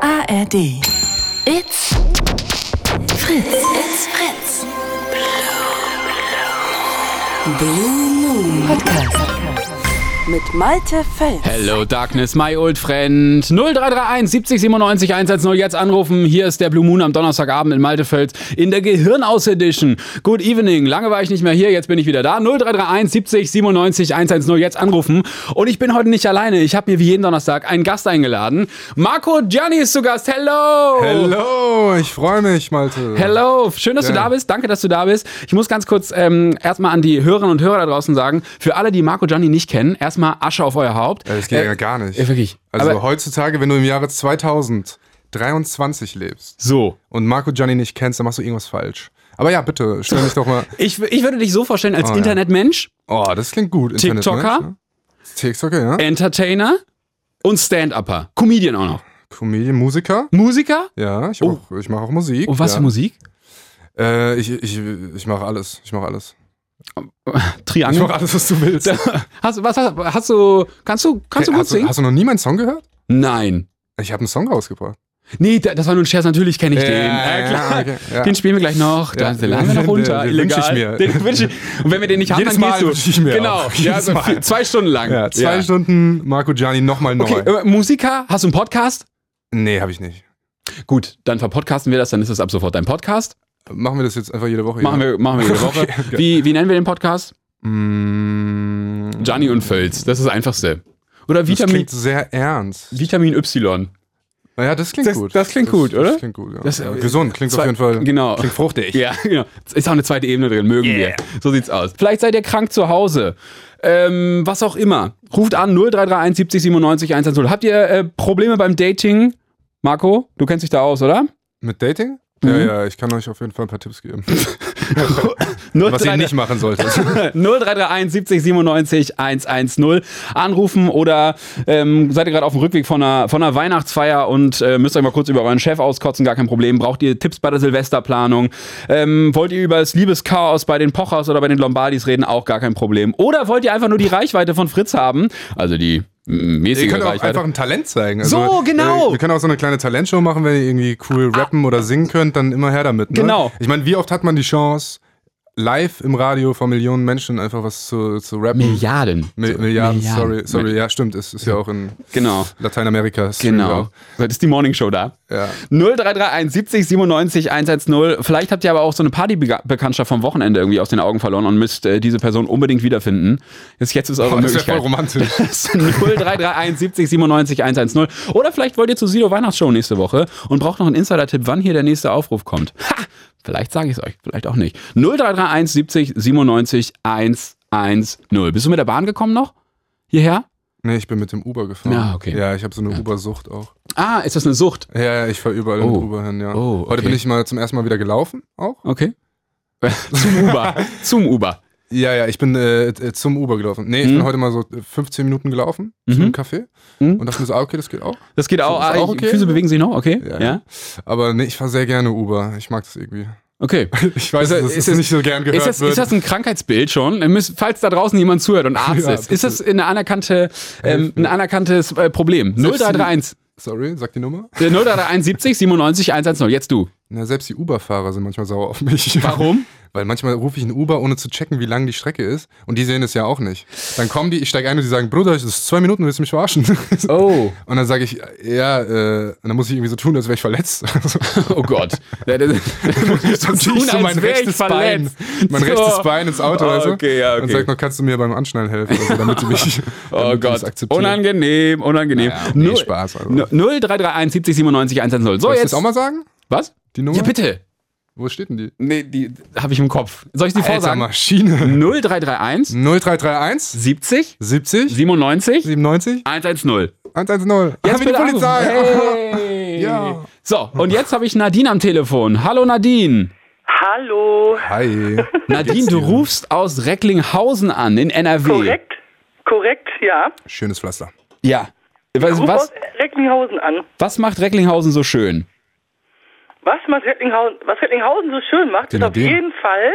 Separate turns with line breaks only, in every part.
ARD. It's Fritz. It's Fritz. Blue Moon Podcast. Mit Malte Fels.
Hello Darkness, my old friend. 0331 70 97 110. Jetzt anrufen. Hier ist der Blue Moon am Donnerstagabend in Maltefeld in der Gehirnaus Edition. Good evening. Lange war ich nicht mehr hier, jetzt bin ich wieder da. 0331 70 97 110. Jetzt anrufen. Und ich bin heute nicht alleine. Ich habe mir wie jeden Donnerstag einen Gast eingeladen. Marco Gianni ist zu Gast. Hello.
Hello, ich freue mich, Malte.
Hello, schön, dass du
Ja.
da bist. Danke, dass du da bist. Ich muss ganz kurz ähm, erstmal an die Hörerinnen und Hörer da draußen sagen, für alle, die Marco Gianni nicht kennen, erstmal Asche auf euer Haupt. Äh,
Ja, Das geht ja gar nicht.
ja, wirklich.
Also
Aber-
heutzutage, wenn du im Jahre 2023 lebst
So.
und Marco Gianni nicht kennst, dann machst du irgendwas falsch. Aber ja, bitte, stell mich doch mal.
Ich, w- ich würde dich so vorstellen als
Ah, ja.
Internetmensch,
Oh, das klingt gut. Internet,
TikToker?
ne? TikToker, ja.
Entertainer und Stand-Upper. Comedian auch noch.
Comedian, Musiker.
Musiker?
Ja, ich, auch- ich mache auch Musik.
Und was
ja.
für Musik?
Äh, ich ich, ich mache alles. Ich mache alles. Ich
Triangel.
mache alles, was du willst.
Hast, was, hast, hast du, kannst du, kannst du gut
hast, du,
singen?
hast du noch nie meinen Song gehört?
Nein.
Ich habe einen Song rausgebracht.
Nee, da- das war nur ein Scherz, natürlich kenne ich
Ja,
den.
ja,
Äh, klar.
okay, ja.
Den spielen wir gleich noch.
Ja,
den laden wir noch
den-
runter.
den
illegal.
wünsch ich mir.
Den wünsch ich, und wenn wir den nicht haben,
Jedes
dann
Mal
gehst du.
wünsch ich mir
genau.
auch.
Ja,
Jedes
also
Mal.
vier- zwei Stunden lang.
Ja, zwei Stunden Marco Gianni nochmal neu.
Okay, äh, Musiker, hast du einen Podcast?
Nee, habe ich nicht.
Gut, dann verpodcasten wir das, dann ist das ab sofort dein Podcast.
Machen wir das jetzt einfach jede Woche?
Machen wir, machen wir jede Woche.
Okay, okay.
wie, wie nennen wir den Podcast?
Mm,
Gianni und Völz. Das ist das Einfachste. Oder
das
Vitamin,
klingt sehr ernst.
Vitamin Y.
Naja, das klingt
Das-
gut.
das klingt gut,
das,
oder?
Das klingt gut, ja.
Das-
ja, gesund, klingt
Zwei-
auf jeden Fall.
genau.
Klingt fruchtig.
Ja, genau. Ist auch eine zweite Ebene drin, mögen
Yeah.
wir. So sieht's aus. Vielleicht seid ihr krank zu Hause. Ähm, was auch immer. Ruft an 0331 70 97 110. Habt ihr äh, Probleme beim Dating? Marco, du kennst dich da aus, oder?
Mit Dating? Ja,
Mhm.
ja, ich kann euch auf jeden Fall ein paar Tipps geben. Was ihr
0331
nicht machen solltet.
0331 70 97 110 anrufen oder ähm, seid ihr gerade auf dem Rückweg von einer, von einer Weihnachtsfeier und äh, müsst euch mal kurz über euren Chef auskotzen, gar kein Problem. Braucht ihr Tipps bei der Silvesterplanung? Ähm, wollt ihr über das Liebeschaos bei den Pochers oder bei den Lombardis reden? Auch gar kein Problem. Oder wollt ihr einfach nur die Reichweite von Fritz haben? Also die mm,
Ihr
mäßige
könnt auch einfach
Reichweite.
ein Talent zeigen.
So, genau. Ah.
äh, Wir können auch so eine kleine Talentshow machen, wenn ihr irgendwie cool rappen oder singen könnt, dann immer her damit. Ne?
Genau.
Ich meine, wie oft hat man die Chance, live im Radio vor Millionen Menschen einfach was zu, zu rappen?
Milliarden.
Mi-
So,
Milliarden, sorry, sorry, ja, stimmt, es ist ja auch in
Genau.
Lateinamerika.
Genau. Das ist die Morning Show da.
Ja.
0331 70 97 110. Vielleicht habt ihr aber auch so eine Partybekanntschaft vom Wochenende irgendwie aus den Augen verloren und müsst äh, diese Person unbedingt wiederfinden. Jetzt, jetzt ist eure
Oh, das wäre voll
Möglichkeit.
romantisch.
0331 70 97 110. Oder vielleicht wollt ihr zur Sido Weihnachtsshow nächste Woche und braucht noch einen Insider-Tipp, wann hier der nächste Aufruf kommt. Ha! Vielleicht sage ich es euch, vielleicht auch nicht. 0331 70 97 110. Bist du mit der Bahn gekommen noch? Hierher?
Nee, ich bin mit dem Uber gefahren.
Ja, Ah, okay.
Ja, ich habe so eine Uber-Sucht auch.
Ah, ist das eine Sucht?
Ja, ja, ich fahre überall
Oh.
mit Uber hin, ja.
Oh, okay.
Heute bin ich mal zum ersten Mal wieder gelaufen auch.
Okay. Zum Uber. Zum Uber. Mhm.
Ja, ja, ich bin äh, äh, zum Uber gelaufen. Nee, ich bin heute mal so 15 Minuten gelaufen zu einem Café und dachte mir so, ah, okay, das geht auch.
Das geht auch.
Ist
ah,
auch
ich-
okay?
Füße bewegen sich noch, okay? Ja.
Ja. Aber nee, ich fahre sehr gerne Uber. Ich mag das irgendwie.
Okay.
Ich weiß,
Ist das-
dass
ist
es
das-
nicht so gern gehört
Ist das,
wird.
ist das ein Krankheitsbild schon? Ihr müsst- Falls da draußen jemand zuhört und Arzt
Ja,
ist, ist das eine anerkannte, ähm,
Hilfe.
ein anerkanntes äh, Problem?
Selbst
0331.
Sorry, sag die Nummer.
äh, 0331 70 97 110. Jetzt du.
Na, selbst die Uber-Fahrer sind manchmal sauer auf mich.
Warum?
Weil manchmal rufe ich einen Uber, ohne zu checken, wie lang die Strecke ist. Und die sehen es ja auch nicht. Dann kommen die, ich steige ein und die sagen, Bruder, das ist zwei Minuten, willst du mich verarschen?
Oh.
Und dann sage ich, ja, äh, und dann muss ich irgendwie so tun, als wäre ich verletzt.
Oh Gott. Ja, das-
dann ziehe
tun, als wär ich verletzt.
Bein, mein
So.
rechtes Bein ins Auto,
Oh,
weißt du?
okay, ja,
Und
okay.
sag noch, kannst du mir beim Anschnallen helfen, also, damit die mich damit
Oh
die das
Gott.
akzeptieren.
Unangenehm, unangenehm.
Naja, nee,
Null-
Spaß, also.
Nu- 0331 70 97 110. So,
Soll ich
jetzt.
das auch mal sagen?
Was?
Die Nummer?
Ja, bitte.
Wo steht denn die?
Nee, die habe ich im Kopf. Soll ich die
Alter,
vorsagen?
Maschine.
0331
0331
70
70
97
97
110. Jetzt
110. Haben wir die
bitte anrufen.
Polizei.
Hey.
Ja.
So, und jetzt habe ich Nadine am Telefon. Hallo Nadine.
Hallo.
Hi.
Nadine, du rufst aus Recklinghausen an in NRW.
Korrekt, korrekt, ja.
Schönes Pflaster.
Ja. Was,
Ruf
was,
aus Recklinghausen an.
was macht Recklinghausen so schön?
Was macht Recklinghausen, was Recklinghausen so schön macht,
Den
ist auf
Ideen.
jeden Fall,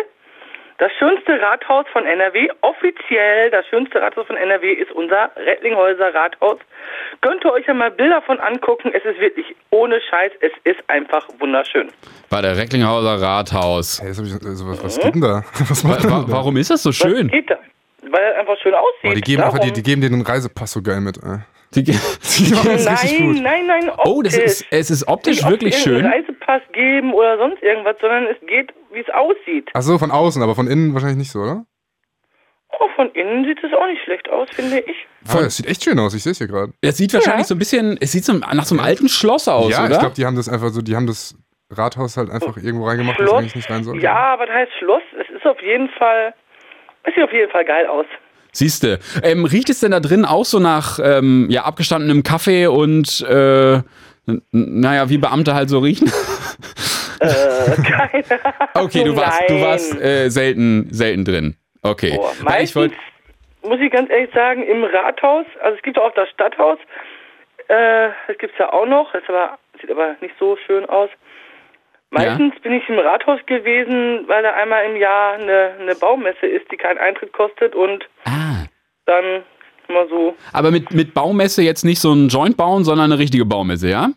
Das schönste Rathaus von NRW, offiziell das schönste Rathaus von NRW ist unser Rettlinghäuser Rathaus. Könnt ihr euch ja mal Bilder von angucken. Es ist wirklich ohne Scheiß, es ist einfach wunderschön.
Bei der Recklinghauser Rathaus.
Hey, das hab ich, also, was, was geht denn da? Was
Wa
macht
wa
man da?
warum ist das so schön? Oh,
Geht da. Weil er einfach schön aussieht.
Boah, die geben einfach, die,
Darum-
die geben dir den Reisepass so geil mit. Ey.
Die-
Die machen das richtig
Nein,
gut.
nein, nein, optisch.
oh, das ist, es ist optisch
Nicht ob
wirklich
die
schön.
irgendeinen Reisepass geben oder sonst irgendwas, sondern es geht, wie es aussieht.
Ach so, von außen, aber von innen wahrscheinlich nicht so, oder?
Oh, von innen sieht es auch nicht schlecht aus, finde ich.
Ah, das sieht echt schön aus, ich sehe es hier gerade.
Es sieht wahrscheinlich so ein bisschen, es sieht so nach so einem alten Schloss aus,
Ja,
oder?
ich glaube, die haben das einfach so, die haben das Rathaus halt einfach irgendwo reingemacht, wo es
Schloss.
eigentlich nicht rein sollte.
Ja, aber das heißt Schloss. Es ist auf jeden Fall, es sieht auf jeden Fall geil aus.
Siehste. Ähm, riecht es denn da drin auch so nach ähm, ja, abgestandenem Kaffee und äh, n- naja, wie Beamte halt so riechen?
Äh, keine Ahnung.
Okay, du warst, du
Nein.
warst äh, selten, selten drin. Okay.
Boah,
Weil
meistens,
ich wollt,
muss ich ganz ehrlich sagen, im Rathaus, also es gibt auch das Stadthaus, äh, das gibt's ja auch noch, das ist aber, sieht aber nicht so schön aus. Meistens bin ich im Rathaus gewesen, weil da einmal im Jahr eine, eine Baumesse ist, die keinen Eintritt kostet und
ah,
dann immer so,
aber mit, mit Baumesse jetzt nicht so ein Joint bauen, sondern eine richtige Baumesse, ja?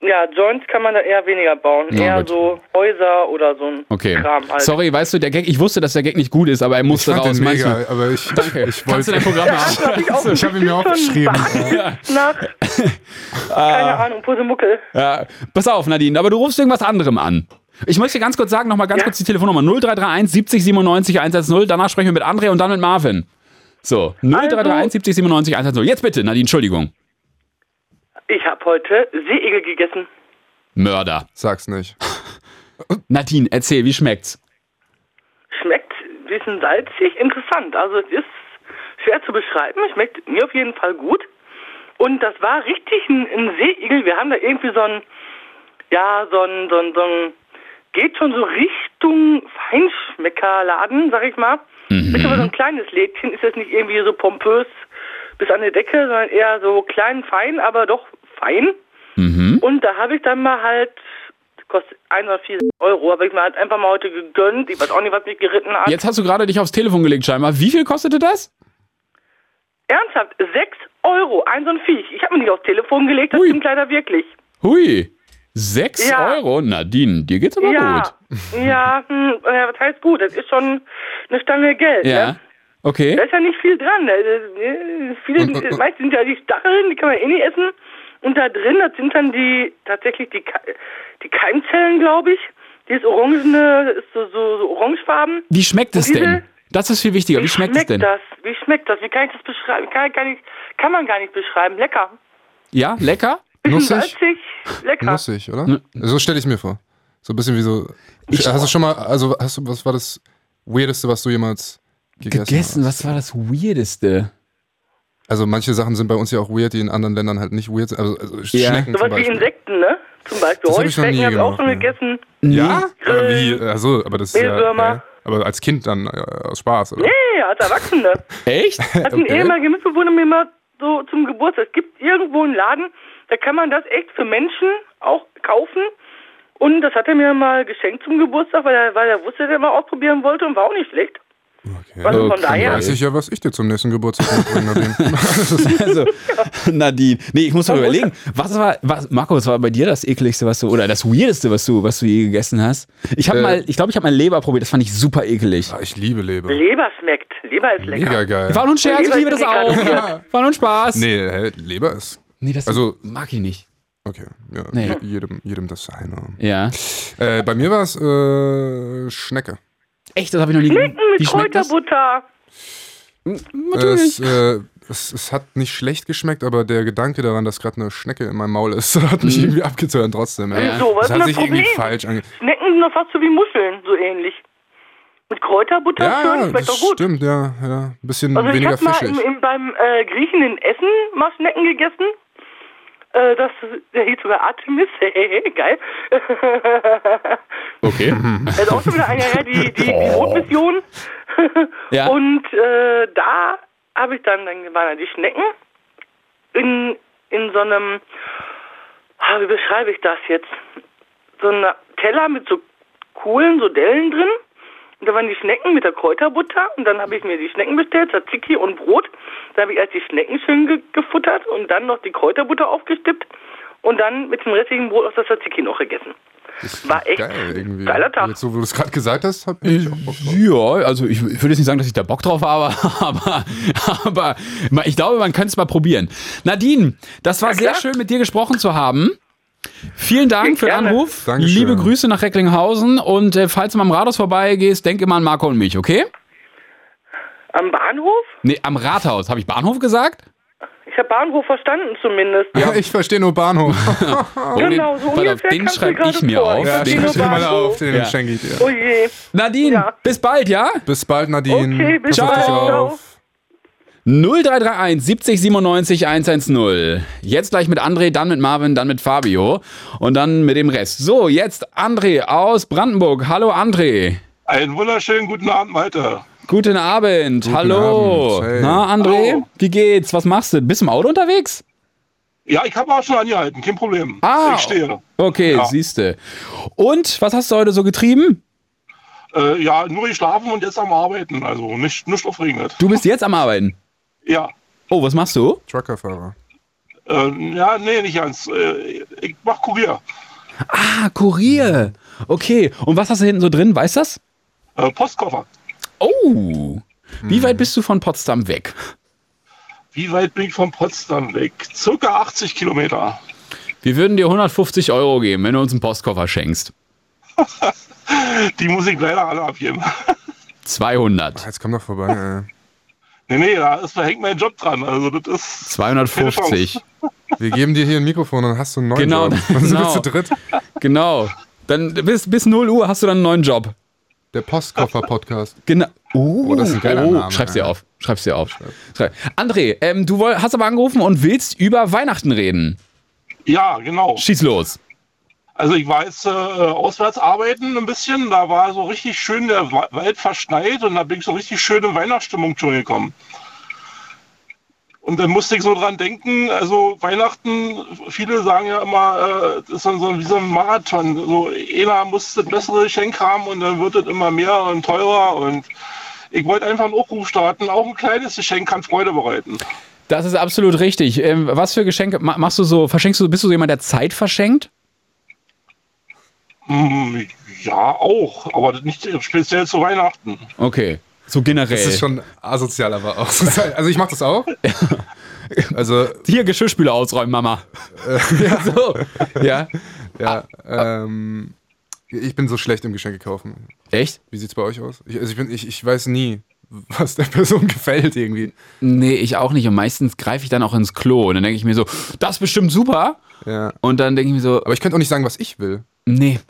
ja, Joints kann man da eher weniger bauen,
Ja,
eher
gut.
so Häuser oder so ein
Okay.
Kram halt.
Sorry, weißt du, der Gag, ich wusste, dass der Gag nicht gut ist, aber er
Ich
musste
fand
raus.
den
Meinst du?
mega, aber ich,
Danke.
ich
Kannst du dein
wollte...
Programm haben?
Hab ich auch
Ich habe ihn mir
bestimmt
aufgeschrieben.
schon Nach,
Ah.
keine Ahnung, Pusemuckel.
Ja, pass auf, Nadine, aber du rufst irgendwas anderem an. Ich möchte dir ganz kurz sagen, nochmal ganz
Ja.
kurz die Telefonnummer 0331 70 97 110. Danach sprechen wir mit André und dann mit Marvin. So, 0331
Also-
70 97 110. Jetzt bitte, Nadine, Entschuldigung.
Ich habe heute Seeigel gegessen.
Mörder.
Sag's nicht.
Nadine, erzähl, wie schmeckt's?
Schmeckt ein bisschen salzig, interessant. Also es ist schwer zu beschreiben, schmeckt mir auf jeden Fall gut. Und das war richtig ein, ein Seeigel. Wir haben da irgendwie so ein, ja, so ein, so ein, so ein geht schon so Richtung Feinschmeckerladen, sag ich mal.
Mhm.
Ist aber so ein kleines Lädchen, ist jetzt nicht irgendwie so pompös bis an die Decke, sondern eher so klein, fein, aber doch fein.
Mhm. Hm?
Und da habe ich dann mal halt, kostet 104 Euro, habe ich mir halt einfach mal heute gegönnt. Ich weiß auch nicht, was mich geritten hat.
Jetzt hast du gerade dich aufs Telefon gelegt, scheinbar. Wie viel kostete das?
Ernsthaft, 6 Euro, ein so ein Viech. Ich habe mir nicht aufs Telefon gelegt, das
Ui.
stimmt leider wirklich.
Hui. 6
Ja.
Euro? Nadine, dir geht's aber
Ja,
gut.
ja, hm, ja, was heißt gut? Das ist schon eine Stange Geld.
Ja.
Ne?
Okay.
Da ist ja nicht viel dran. Da- da- Viele,
Und- und- und-
meist sind ja die Stacheln, die kann man eh nicht essen. Und da drin, das sind dann die tatsächlich die, Ke- die Keimzellen, glaube ich. Dieses orangene, ist so, so, so orangefarben.
Wie schmeckt es
Und diese-
denn? Das ist viel wichtiger. Wie schmeckt es denn?
das? Wie schmeckt das? Wie kann ich das beschreiben? Kann, kann, ich, kann man gar nicht beschreiben. Lecker.
Ja, lecker?
Bisschen
Nussig?
salzig, lecker.
Nussig, oder? So stelle ich mir vor. So ein bisschen wie so. hast du schon mal, also hast du, was war das Weirdeste, was du jemals gegessen,
Gegessen,
hast?
was war das Weirdeste?
Also manche Sachen sind bei uns ja auch weird, die in anderen Ländern halt nicht weird sind. Also, also
Ja.
Schnecken zum
Sowas wie
Beispiel.
Insekten, ne? Zum Beispiel
Das hab ich noch nie
Heuschrecken habe ich auch schon
gemacht, ne.
gegessen.
Ja? Aber wie,
Grillen.
also, aber das ist
Mehlwürmer.
ja, ja. Aber als Kind dann äh, aus Spaß, oder?
Nee, als Erwachsene.
Echt?
Hat ein ehemaliger Mitbewohner mir mal so zum Geburtstag. Es gibt irgendwo einen Laden, da kann man das echt für Menschen auch kaufen. Und das hat er mir mal geschenkt zum Geburtstag, weil er, weil er wusste, dass er mal ausprobieren wollte und war auch nicht schlecht. Also von
Okay.
Dann
daher,
weiß ich ja, was ich dir zum nächsten Geburtstag mitbringen habe.
Also, Nadine. Nee, ich muss mal überlegen, was war, was, Marco, was war bei dir das ekligste, was du, oder das weirdeste, was du, was du je gegessen hast? Ich habe mal, ich glaube, ich habe mal Leber probiert, das fand ich super ekelig.
Äh. Ich liebe Leber.
Leber schmeckt. Leber ist lecker.
Mega geil.
War nur ein Scherz, ich
Leber
liebe das
ist
auch.
eklig.
War nur ein Spaß.
Nee, hä, äh, Leber ist.
Nee, das
Also-
mag ich nicht.
Okay, ja,
Nee.
je- jedem, jedem das seine.
Ja.
Äh, bei mir war es äh, Schnecke.
Echt, das habe ich noch nie
Schnecken
Wie
mit
schmeckt das? Hm.
Kräuterbutter.
Es, äh, es, es hat nicht schlecht geschmeckt, aber der Gedanke daran, dass gerade eine Schnecke in meinem Maul ist, hat
Mhm.
mich irgendwie abgetönt trotzdem. Ja.
Wieso? Was ist
Das
denn
hat
das
sich irgendwie
Problem?
falsch ange...
Schnecken sind doch fast so wie Muscheln, so ähnlich. Mit Kräuterbutter schön,
Ja,
schmeckt
das
doch gut.
stimmt, ja. ja. Ein bisschen
Also ich
weniger
habe mal
fischig.
im, im, beim äh, Griechen in Essen mal Schnecken gegessen. Äh, das, der hieß sogar Artemis, geil.
Okay. Oh.
Das ist Also auch schon wieder ein Jahr her, die, die,
Oh.
die Rotmission.
Ja.
Und äh, da habe ich dann, dann waren da die Schnecken in, in so einem, ah, wie beschreibe ich das jetzt? So ein Teller mit so coolen so Dellen drin. Da waren die Schnecken mit der Kräuterbutter und dann habe ich mir die Schnecken bestellt, Tzatziki und Brot. Dann habe ich erst die Schnecken schön ge gefuttert und dann noch die Kräuterbutter aufgestippt und dann mit dem restlichen Brot auch das Tzatziki noch gegessen.
Ist
War echt
geil irgendwie.
geiler Tag.
Jetzt, so wie du es gerade gesagt hast, hab ich auch Bock drauf.
Ja, also ich, ich würde jetzt nicht sagen, dass ich da Bock drauf habe, aber, aber ma- ich glaube, man könnte es mal probieren. Nadine, das war sehr
klar.
schön, mit dir gesprochen zu haben. Vielen Dank für den
Gerne.
Anruf.
Dankeschön.
Liebe Grüße nach Recklinghausen und äh, falls du mal am Rathaus vorbeigehst, denk immer an Marco und mich, okay?
Am Bahnhof?
Nee, am Rathaus. Habe ich Bahnhof gesagt?
Ich habe Bahnhof verstanden zumindest.
Ja, ich verstehe nur Bahnhof.
Genau, so
Warte,
ungefähr
den
kam's mir
schreibe ich
gerade
mir
vor.
auf.
Ja,
den
ich verstehe
schreib-
mal auf,
den
Ja.
schenke ich dir.
Oh je.
Nadine,
Ja.
bis bald, ja?
Bis bald, Nadine.
Okay, bis
Pass auf dich
bald.
Ciao.
auf.
0331 70 97 110. Jetzt gleich mit André, dann mit Marvin, dann mit Fabio und dann mit dem Rest. So, jetzt André aus Brandenburg. Hallo André.
Einen wunderschönen guten Abend, Malte.
Guten Abend. Hallo.
Abend. Hey.
Na, André,
Hallo.
wie geht's? Was machst du? Bist du im Auto unterwegs?
Ja, ich habe auch schon angehalten, kein Problem.
Ah.
Ich stehe.
Okay,
Ja.
siehste. Und was hast du heute so getrieben?
Äh, ja, nur geschlafen und jetzt am Arbeiten, also nicht, nicht aufregend.
Du bist jetzt am Arbeiten.
Ja.
Oh, was machst du?
Truckerfahrer.
Äh, ja, nee, nicht ganz. Äh, ich mach Kurier.
Ah, Kurier. Okay. Und was hast du hinten so drin? Weißt du das?
Äh, Postkoffer.
Oh. Wie weit bist du von Potsdam weg?
Wie weit bin ich von Potsdam weg? Circa 80 Kilometer.
Wir würden dir 150 Euro geben, wenn du uns einen Postkoffer schenkst.
Die muss ich leider alle abgeben.
200,
Ah, Jetzt komm doch vorbei.
nee, nee, da ist, da hängt mein Job dran. Also das ist.
250.
Ey. Wir geben dir hier ein Mikrofon und hast du einen neuen
Genau,
Job. Dann sind
genau.
wir zu dritt.
Genau. Dann bis, bis 0 Uhr hast du dann einen neuen Job.
Der Postkoffer-Podcast.
Genau. Oh,
das ist ein geiler Name,
Schreib's dir
ey.
auf. Schreib's dir auf. Schreib. André, ähm, du woll, hast aber angerufen und willst über Weihnachten reden.
Ja, genau.
Schieß los.
Also ich war jetzt äh, auswärts arbeiten ein bisschen, da war so richtig schön der Wa- Wald verschneit und da bin ich so richtig schön in Weihnachtsstimmung schon gekommen. Und dann musste ich so dran denken, also Weihnachten, viele sagen ja immer, äh, das ist dann so wie so ein Marathon. So einer muss das bessere Geschenk haben und dann wird es immer mehr und teurer und ich wollte einfach einen Aufruf starten, auch ein kleines Geschenk kann Freude bereiten.
Das ist absolut richtig. Ähm, was für Geschenke ma- machst du so? Verschenkst du, bist du so jemand, der Zeit verschenkt?
Mm.
Hm, ja, auch, aber das nicht speziell zu Weihnachten.
Okay. So generell.
Das ist schon asozial, aber auch. Also ich mache das auch. Also,
Hier Geschirrspüler ausräumen, Mama. ja. So. ja.
ja. Ähm, ich bin so schlecht im Geschenke kaufen.
Echt?
Wie sieht's bei euch aus? Ich, also ich, bin, ich, ich weiß nie, was der Person gefällt irgendwie.
Nee, ich auch nicht. Und meistens greife ich dann auch ins Klo. Und dann denke ich mir so, das ist bestimmt super.
Ja.
Und dann denke ich mir so,
Aber ich könnte auch nicht sagen, was ich will.
nee.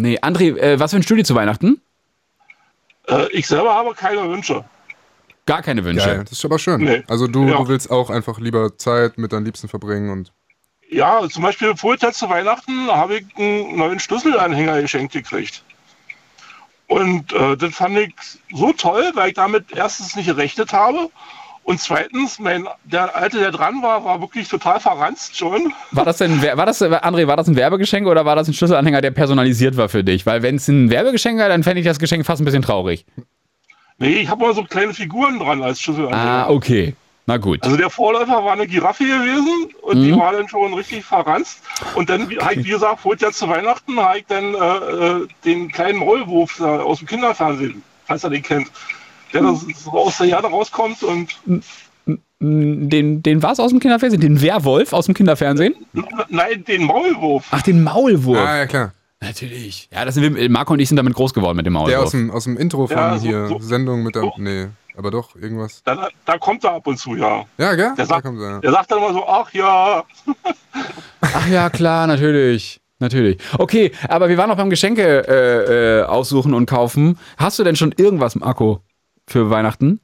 Nee, André, äh, was wünschst du dir zu Weihnachten?
Äh, ich selber habe keine Wünsche.
Gar keine Wünsche.
Geil. Das ist aber schön.
Nee.
Also du,
Ja.
du willst auch einfach lieber Zeit mit deinen Liebsten verbringen und
Ja, zum Beispiel vorher zu Weihnachten habe ich einen neuen Schlüsselanhänger geschenkt gekriegt. Und äh, das fand ich so toll, weil ich damit erstens nicht gerechnet habe und zweitens, mein, der Alte, der dran war, war wirklich total verranzt schon.
War das denn, wer- war das, äh, André, war das ein Werbegeschenk oder war das ein Schlüsselanhänger, der personalisiert war für dich? Weil wenn es ein Werbegeschenk wäre, dann fände ich das Geschenk fast ein bisschen traurig.
Nee, ich habe mal so kleine Figuren dran als Schlüsselanhänger.
Ah, okay. Na gut. Mhm.
Also der Vorläufer war eine Giraffe gewesen und die war dann schon richtig verranzt. Und dann, wie, wie gesagt, vorher zu Weihnachten habe ich dann äh, äh, den kleinen Maulwurf da aus dem Kinderfernsehen, falls er den kennt, der
Mhm.
da so aus der Jade rauskommt und
Den, den war es aus dem Kinderfernsehen? Den Werwolf aus dem Kinderfernsehen?
nein, den Maulwurf.
Ach, den Maulwurf.
Ah, ja, klar.
Natürlich. Ja, das sind wir, Marco und ich sind damit groß geworden mit dem Maulwurf.
Der aus dem, aus dem Intro von
Ja, so-
hier,
so-
Sendung mit der.
so.
Nee, aber doch, irgendwas.
Da, da kommt er ab und zu, ja.
Ja, gell?
Der
Da
sagt,
kommt er.
der sagt dann immer so, ach ja,
Ach ja, klar, natürlich. Natürlich. Okay, aber wir waren noch beim Geschenke äh, äh, aussuchen und kaufen. Hast du denn schon irgendwas, Marco, für Weihnachten?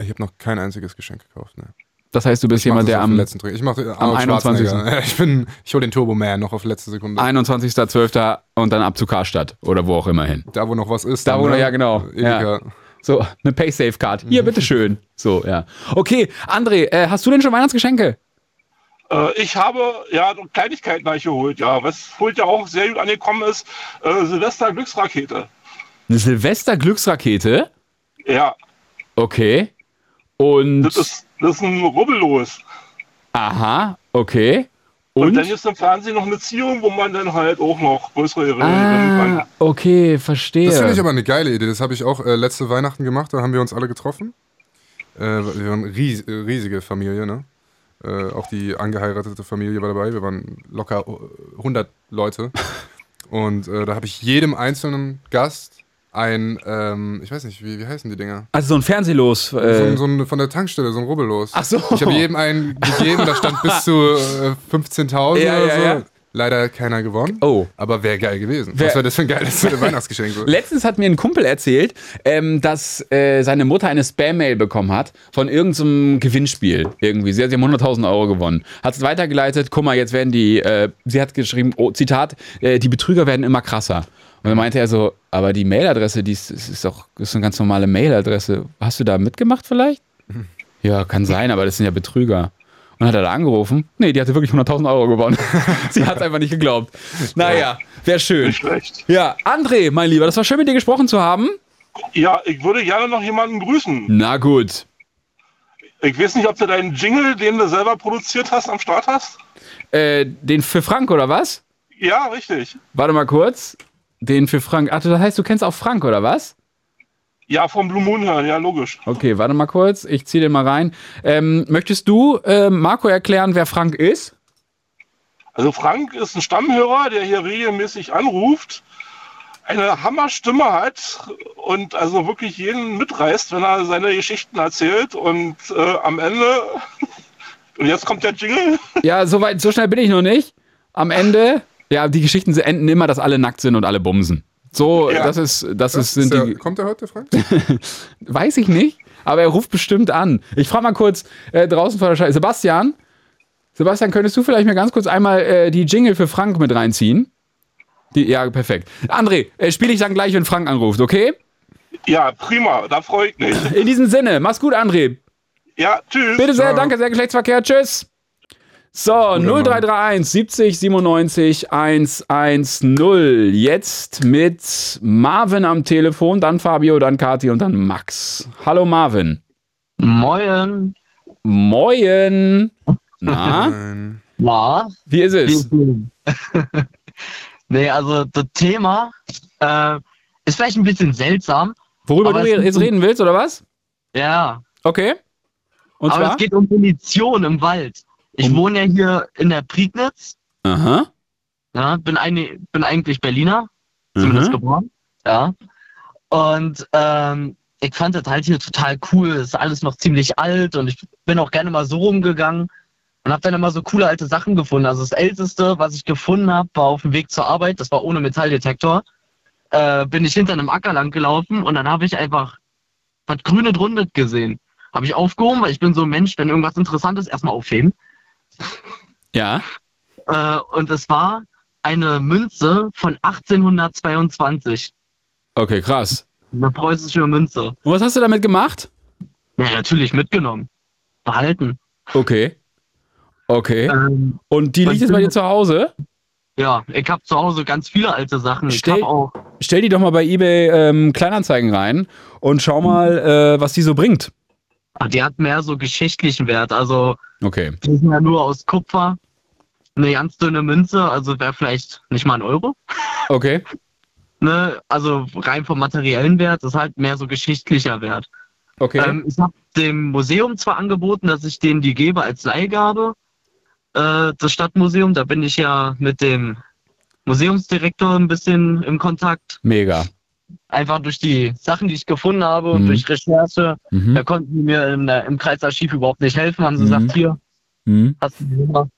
Ich habe noch kein einziges Geschenk gekauft. Ne.
Das heißt, du bist
Ich mach
jemand,
das
der
auf den
am
letzten Dreh. Ich mache Arnold
21..
Schwarzenegger. Ich bin, ich hole den Turbo Man noch auf letzte Sekunde.
21.12. und dann ab zu Karstadt oder wo auch immer hin.
da wo noch was ist.
Da,
dann,
wo noch-
ne?
ja, genau.
Edeka.
So, eine Paysafe-Card.
Mhm.
Hier, bitteschön. So, ja. Okay, André, äh, hast du denn schon Weihnachtsgeschenke?
Äh, Ich habe ja so Kleinigkeiten habe ich geholt, ja. Was vorher ja auch sehr gut angekommen ist, äh, Silvester Glücksrakete.
Eine Silvester-Glücksrakete?
Ja,
Okay. Und.
das ist, das ist ein Rubbellos.
aha, Ah, okay.
Und,
Und.
dann ist im Fernsehen noch eine Ziehung, wo man dann halt auch noch größere Ringe
ah,
kann.
okay, verstehe.
Das finde ich aber eine geile Idee. Das habe ich auch äh, letzte Weihnachten gemacht. Da haben wir uns alle getroffen. Äh, wir waren ries äh, riesige Familie, ne? Äh, auch die angeheiratete Familie war dabei. Wir waren locker äh, 100 Leute. Und äh, da habe ich jedem einzelnen Gast ein, ähm, ich weiß nicht, wie, wie heißen die Dinger?
also so ein Fernsehlos.
So,
Äh,
ein- so ein, von der Tankstelle, so ein Rubbellos.
Ach so.
Ich habe jedem einen gegeben, da stand bis zu äh, 15.000
Ja,
oder
ja,
so.
ja.
Leider keiner gewonnen.
Oh.
Aber wäre geil gewesen.
Wär-
Was wäre das für ein geiles Weihnachtsgeschenk? so?
Letztens hat mir ein Kumpel erzählt, ähm, dass äh, seine Mutter eine Spam-Mail bekommen hat von irgendeinem Gewinnspiel. Irgendwie. Sie hat sie haben 100.000 Euro gewonnen. Hat es weitergeleitet. Guck mal, jetzt werden die, äh, sie hat geschrieben, oh, Zitat, äh, die Betrüger werden immer krasser. Und dann meinte er so, aber die Mailadresse, die ist, ist, ist doch ist eine ganz normale Mailadresse. Hast du da mitgemacht vielleicht? Ja, kann sein, aber das sind ja Betrüger. Und dann hat er da angerufen. Nee, die hatte wirklich 100.000 Euro gewonnen. sie hat es einfach nicht geglaubt. Naja, wäre schön.
Nicht schlecht.
Ja, André, mein Lieber, das war schön, mit dir gesprochen zu haben.
Ja, ich würde gerne noch jemanden grüßen.
Na gut.
Ich weiß nicht, ob du deinen Jingle, den du selber produziert hast, am Start hast.
Äh, den für Frank, oder was?
Ja, richtig.
Warte mal kurz. Den für Frank. Ach, das heißt, du kennst auch Frank, oder was?
Ja, vom Blue Moon hören, ja, logisch.
Okay, warte mal kurz. Ich ziehe den mal rein. Ähm, möchtest du äh, Marco erklären, wer Frank ist?
Also Frank ist ein Stammhörer, der hier regelmäßig anruft, eine Hammerstimme hat und also wirklich jeden mitreißt, wenn er seine Geschichten erzählt und äh, am Ende und jetzt kommt der Jingle.
Ja, so weit, so schnell bin ich noch nicht. Am Ende, ja, die Geschichten enden immer, dass alle nackt sind und alle bumsen. So,
Ja.
das ist, das ist, sind
Ist der,
die.
kommt er heute, Frank?
Weiß ich nicht, aber er ruft bestimmt an. Ich frage mal kurz äh, draußen vor der Scheiße. Sebastian, Sebastian, könntest du vielleicht mir ganz kurz einmal äh, die Jingle für Frank mit reinziehen? Die, ja, perfekt. André, äh, spiele ich dann gleich, wenn Frank anruft, okay?
Ja, prima, da freue ich mich.
In diesem Sinne, mach's gut, André.
Ja, tschüss.
Bitte sehr, danke sehr, Geschlechtsverkehr, tschüss. So, 0331 70 97 110. Jetzt mit Marvin am Telefon, dann Fabio, dann Kati und dann Max. Hallo Marvin.
Moin.
Moin. Na,
Nein.
Na?
wie ist es?
nee, also das Thema äh, ist vielleicht ein bisschen seltsam.
Worüber
Aber
du
es
re-
geht
jetzt
um-
reden willst, oder was?
Ja.
Okay. Und
aber
zwar?
es geht um Munition im Wald. Ich
Um-
wohne ja hier in der Prignitz.
Aha.
Ja, bin, eine, bin eigentlich Berliner, zumindest
Mhm.
geboren. Ja. Und ähm, ich fand das halt hier total cool. Es ist alles noch ziemlich alt und ich bin auch gerne mal so rumgegangen und habe dann immer so coole alte Sachen gefunden. Also das Älteste, was ich gefunden habe, war auf dem Weg zur Arbeit. Das war ohne Metalldetektor. Äh, bin ich hinter einem Acker lang gelaufen und dann habe ich einfach was Grünes Rundes gesehen. Habe ich aufgehoben, weil ich bin so ein Mensch, wenn irgendwas Interessantes erstmal aufheben.
Ja.
Äh, und es war eine Münze von 1822.
Okay, krass.
Eine preußische Münze.
Und was hast du damit gemacht?
Ja, natürlich mitgenommen. Behalten.
Okay. Okay.
Ähm,
Und die liegt jetzt bei dir zu Hause?
ja, ich habe zu Hause ganz viele alte Sachen. Ich
Stell-
habe auch.
Stell die doch mal bei eBay ähm, Kleinanzeigen rein und
Mhm.
schau mal, äh, was die so bringt.
Ah, Die hat mehr so geschichtlichen Wert. Also,
Okay.
die sind ja nur aus Kupfer. Eine ganz dünne Münze, also wäre vielleicht nicht mal ein Euro.
Okay.
Ne? Also rein vom materiellen Wert ist halt mehr so geschichtlicher Wert.
Okay.
Ähm, ich habe dem Museum zwar angeboten, dass ich denen die gebe als Leihgabe. Äh, das Stadtmuseum, da bin ich ja mit dem Museumsdirektor ein bisschen im Kontakt.
Mega.
Einfach durch die Sachen, die ich gefunden habe und
Mhm.
durch Recherche. Da
Mhm.
konnten die mir im, äh, im Kreisarchiv überhaupt nicht helfen. Haben sie
Mhm.
gesagt, hier,
Mhm.
hast du die Nummer.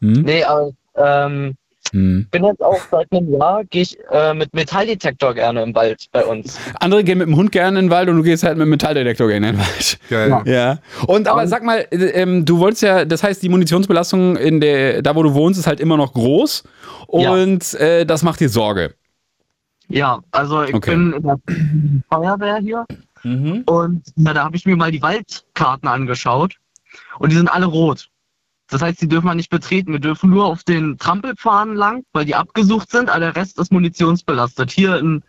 Mhm.
Nee, aber ähm,
Mhm.
bin jetzt auch seit einem Jahr, gehe ich äh, mit Metalldetektor gerne im Wald bei uns.
Andere gehen mit dem Hund gerne in den Wald und du gehst halt mit dem Metalldetektor gerne in den Wald.
Geil.
Ja. Und aber sag mal, äh, ähm, du wolltest ja, das heißt, die Munitionsbelastung in der, da wo du wohnst, ist halt immer noch groß
Ja.
und äh, das macht dir Sorge.
Ja, also ich
Okay. Mhm.
bin in der Feuerwehr hier. Und na, da habe ich mir mal die Waldkarten angeschaut und die sind alle rot. Das heißt, die dürfen wir nicht betreten. Wir dürfen nur auf den Trampelpfaden lang, weil die abgesucht sind, aber der Rest ist munitionsbelastet. Hier in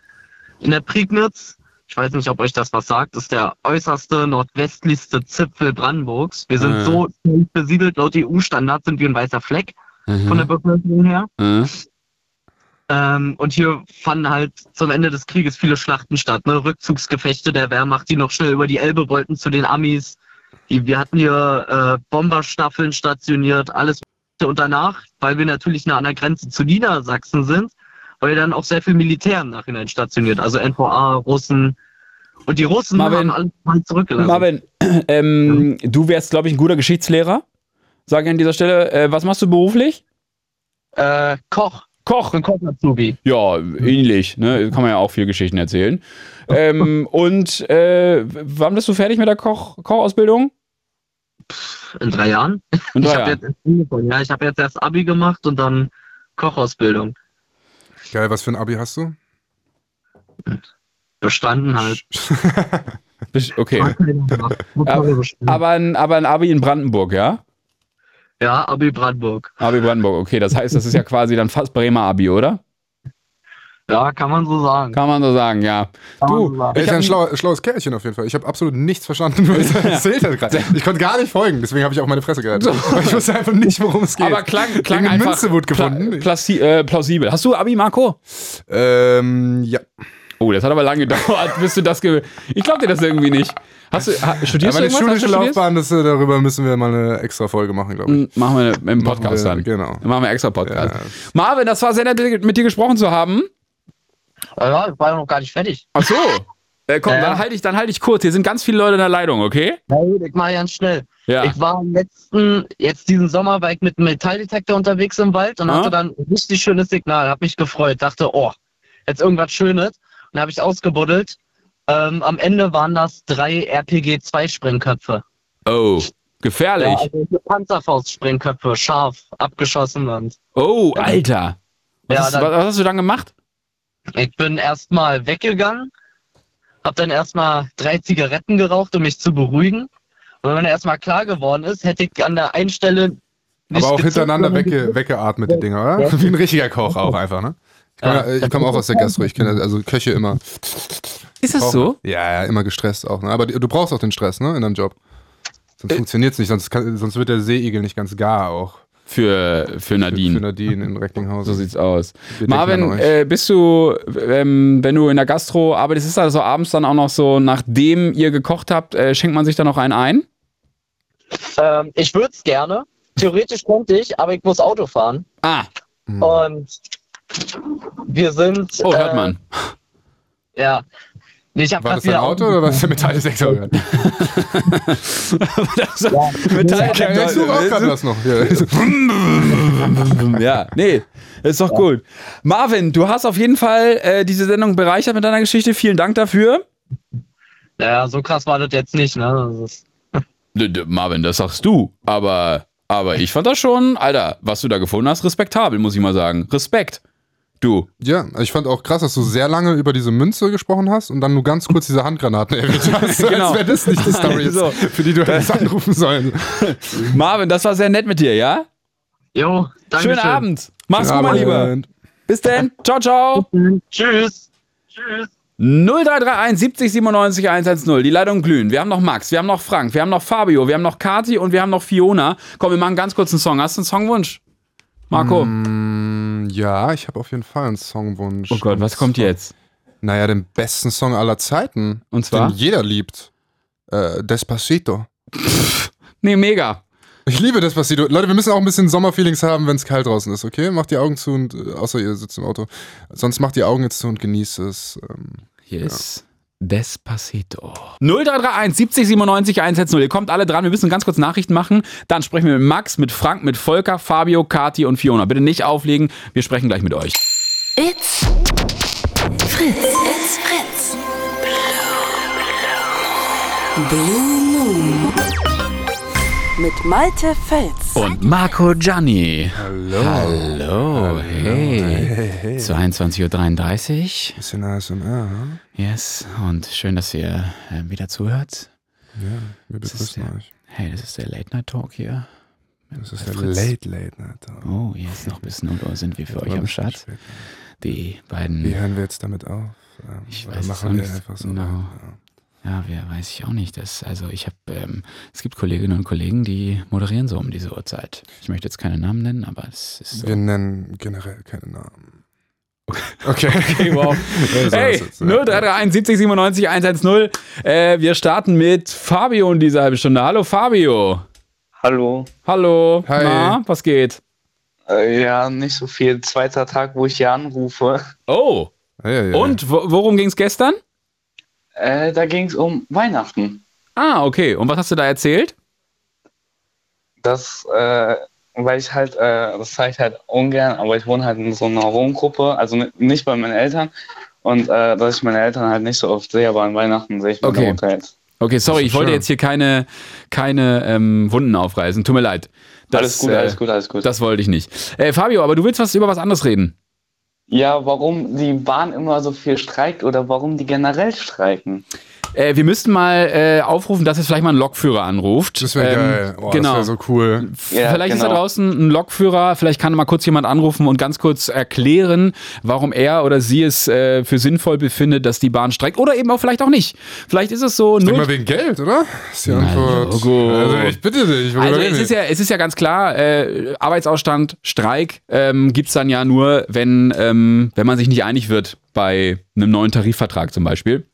in der Prignitz. Ich weiß nicht, ob euch das was sagt. Das ist der äußerste nordwestlichste Zipfel Brandenburgs. Wir sind
Äh.
so dicht besiedelt, laut EU-Standard sind wir ein weißer Fleck
Mhm.
von der Bevölkerung her.
Äh,
Ähm, und hier fanden halt zum Ende des Krieges viele Schlachten statt. Ne? Rückzugsgefechte der Wehrmacht, die noch schnell über die Elbe wollten zu den Amis. Die, wir hatten hier äh, Bomberstaffeln stationiert, alles. Und danach, weil wir natürlich nah an der Grenze zu Niedersachsen sind, war ja dann auch sehr viel Militär im Nachhinein stationiert. Also NVA, Russen. Und die Russen
Marvin.
haben alles mal zurückgelassen.
Marvin, ähm, du wärst, glaube ich, ein guter Geschichtslehrer. Sage ich an dieser Stelle, äh, was machst du beruflich?
Äh, Koch.
Koch.
Ein Koch-Azubi.
Ja, ähnlich. Ne? Kann man ja auch viel Geschichten erzählen. Ähm, und äh, wann bist du fertig mit der Koch Kochausbildung?
In drei Jahren.
In
ich
drei
habe
Jahren.
jetzt, erst angefangen, ja, ich hab jetzt erst Abi gemacht und dann Kochausbildung.
Geil, was für ein Abi hast du?
Bestanden halt.
Bist- Okay. Aber-
Okay.
Aber ein, aber ein Abi in Brandenburg, ja?
ja, Abi Brandenburg.
Abi Brandenburg, okay. Das heißt, das ist ja quasi dann fast Bremer Abi, oder?
Ja, kann man so sagen.
Kann man so sagen, ja.
Kann man
Du,
so
ich
sagen.
Er ist
hab-
ein schlauer, schlaues Kerlchen auf jeden Fall. Ich habe absolut nichts verstanden, was er erzählt hat gerade. Ich konnte gar nicht folgen, deswegen habe ich auch meine Fresse gehalten. Weil Ich wusste einfach nicht, worum es geht.
aber klang, klang
Irgendeine
einfach
Münze wurde gefunden.
Pla plasi- äh, plausibel. Hast du Abi, Marco?
ähm, ja.
Oh, das hat aber lange gedauert, bis du das ge Ich glaub dir das irgendwie nicht. Hast du, ha, studierst
Aber
du
die
irgendwas?
schulische
Hast du studiert?
Laufbahn, das, äh, darüber müssen wir mal eine extra Folge machen, glaube ich.
Mm, Machen wir eine- im Podcast
wir,
dann.
genau.
Dann Machen wir extra Podcast.
Ja.
Marvin, das war sehr nett, mit dir gesprochen zu haben.
Ah Ja, ich war ja noch gar nicht fertig.
Ach so. Äh, komm,
Ja.
dann halte ich, dann halt ich kurz. Hier sind ganz viele Leute in der Leitung, okay?
Na gut, ich mache ganz schnell.
Ja.
Ich war im letzten, jetzt diesen Sommer war ich mit einem Metalldetektor unterwegs im Wald und
Ah.
hatte dann ein richtig schönes Signal. Hab mich gefreut, dachte, oh, jetzt irgendwas Schönes. Und habe ich ausgebuddelt. Ähm, am Ende waren das drei RPG-2-Sprengköpfe.
Oh,
Ja,
gefährlich.
also Panzerfaust-Sprengköpfe, scharf, abgeschossen und
Oh, Alter. Was,
Ja,
hast,
dann-
was, was hast du dann gemacht?
Ich bin erstmal weggegangen, hab dann erstmal drei Zigaretten geraucht, um mich zu beruhigen. Und wenn mir erstmal klar geworden ist, hätte ich an der einen Stelle nicht
Aber auch
gezückt,
hintereinander
sondern
wegge weggeatmet, die Dinger, oder? Wie ein richtiger Koch auch einfach, ne? Ich komme
Ja.
ja, ich komme auch aus der Gastro, ich kenne also Köche immer.
Ist das so?
Ja, ja, immer gestresst auch. Ne? Aber du du brauchst auch den Stress, ne, in deinem Job.
Äh.
Sonst funktioniert's nicht, sonst, kann, sonst wird der Seeigel nicht ganz gar auch.
Für, für
Für
Nadine.
Nadine in Recklinghausen.
So sieht's aus.
Wir denken
Marvin,
an euch.
äh, bist du, ähm, wenn du in der Gastro arbeitest, ist das so abends dann auch noch so, nachdem ihr gekocht habt, äh, schenkt man sich dann noch einen ein?
Ähm, ich würde es gerne. Theoretisch könnte ich, aber ich muss Auto fahren.
Ah,
Mhm.
Und wir sind.
oh, hört
äh,
man.
Ja. Nee, ich hab
War
grad
das dein
wieder
Auto oder war das der Metalldetektor? Ja, ich suche auch gerade was noch. Ja.
Ja, nee, ist doch gut. Marvin, du hast auf jeden Fall äh, diese Sendung bereichert mit deiner Geschichte. Vielen Dank dafür.
Ja, so krass war das jetzt nicht, ne? Das ist,
D- d- Marvin, das sagst du, aber, aber ich fand das schon, Alter, was du da gefunden hast, respektabel, muss ich mal sagen. Respekt. Du.
ja, ich fand auch krass, dass du sehr lange über diese Münze gesprochen hast und dann nur ganz kurz diese Handgranaten erwähnt hast.
Genau.
Als wäre das nicht die Story,
So.
jetzt, für die du hättest anrufen sollen.
Marvin, das war sehr nett mit dir, ja?
jo, danke.
Schönen Abend. Mach's gut, mein
Abend.
Lieber. Bis denn. Ciao, ciao.
Tschüss. Tschüss.
0331 70 97 110. Die Leitung glühen. Wir haben noch Max, wir haben noch Frank, wir haben noch Fabio, wir haben noch Kati und wir haben noch Fiona. Komm, wir machen ganz kurz einen Song. Hast du einen Songwunsch? Marco.
Mm, Ja, ich habe auf jeden Fall einen Songwunsch.
oh Gott, was kommt jetzt?
Naja, den besten Song aller Zeiten.
Und zwar?
Den jeder liebt. Äh, Despacito.
Nee, mega.
Ich liebe Despacito. Leute, wir müssen auch ein bisschen Sommerfeelings haben, wenn es kalt draußen ist, okay? Macht die Augen zu und, äh, außer ihr sitzt im Auto. Sonst macht die Augen jetzt zu und genießt es. Ähm,
Hier ist Despacito. 0331 70 97 110. Ihr kommt alle dran. Wir müssen ganz kurz Nachrichten machen. Dann sprechen wir mit Max, mit Frank, mit Volker, Fabio, Kati und Fiona. Bitte nicht auflegen. Wir sprechen gleich mit euch.
It's Fritz. It's Fritz. Blue Moon. Mit Malte Fels.
Und Marco Gianni. Hallo. Hallo. Hey. 22.33 Uhr.
bisschen ASMR, ne?
Yes. Und schön, dass ihr äh, wieder zuhört.
Wir
ist
begrüßen
der-
euch.
Hey, das ist der Late Night Talk hier.
Das ist
Bei
der
Fritz.
Late Late Night. Talk.
Oh, jetzt noch bis 0 Uhr sind wir für
Aber
euch am
bis
Start.
spät.
Die beiden.
Wie hören wir jetzt damit auf? Ähm,
Ich
oder
weiß
machen wir
sonst-
einfach so.
genau.
weiter?
Ja, wer weiß ich auch nicht. Das, also ich habe, ähm, es gibt Kolleginnen und Kollegen, die moderieren so um diese Uhrzeit. Ich möchte jetzt keine Namen nennen, aber es ist so.
Wir nennen generell keine Namen. Okay. okay
wow.
Also,
Hey,
das ist, ja.
0331 70 97 110. Äh, wir starten mit Fabio in dieser halben Stunde. Hallo Fabio.
Hallo.
Hallo.
Hi.
Na, was geht?
Äh, ja, nicht so viel. Zweiter Tag, wo ich hier anrufe.
Oh,
Ei, ei, ei.
und wo, worum ging es gestern?
Äh, da ging es um Weihnachten.
Ah, okay. Und was hast du da erzählt?
Das, äh, weil ich halt, äh, das zeige ich halt ungern, aber ich wohne halt in so einer Wohngruppe, also ni- nicht bei meinen Eltern. Und äh, dass ich meine Eltern halt nicht so oft sehe, aber an Weihnachten sehe ich meine
Okay.
Mutter jetzt.
Okay, sorry, ich wollte
schön.
jetzt hier keine, keine ähm, Wunden aufreißen. Tut mir leid. Das,
alles gut, alles gut, alles
Äh,
gut.
das wollte ich nicht. Äh, Fabio, aber du willst was über was anderes reden.
ja, warum die Bahn immer so viel streikt oder warum die generell streiken?
Äh, wir müssten mal äh, aufrufen, dass jetzt vielleicht mal ein Lokführer anruft.
Das wäre
Ähm,
geil. Oh,
genau.
Das wäre so cool.
Ja,
vielleicht ist da
genau.
draußen ein Lokführer, vielleicht kann mal kurz jemand anrufen und ganz kurz erklären, warum er oder sie es äh, für sinnvoll befindet, dass die Bahn streikt oder eben auch vielleicht auch nicht. Vielleicht ist es so
Denk
null.
mal wegen Geld, oder? Ist die Antwort.
Logo.
Also ich bitte dich. worüber
Also
reden
es ist,
wir?
ja, es ist ja ganz klar, äh, Arbeitsausstand, Streik ähm, gibt's dann ja nur, wenn, ähm, wenn man sich nicht einig wird bei einem neuen Tarifvertrag zum Beispiel.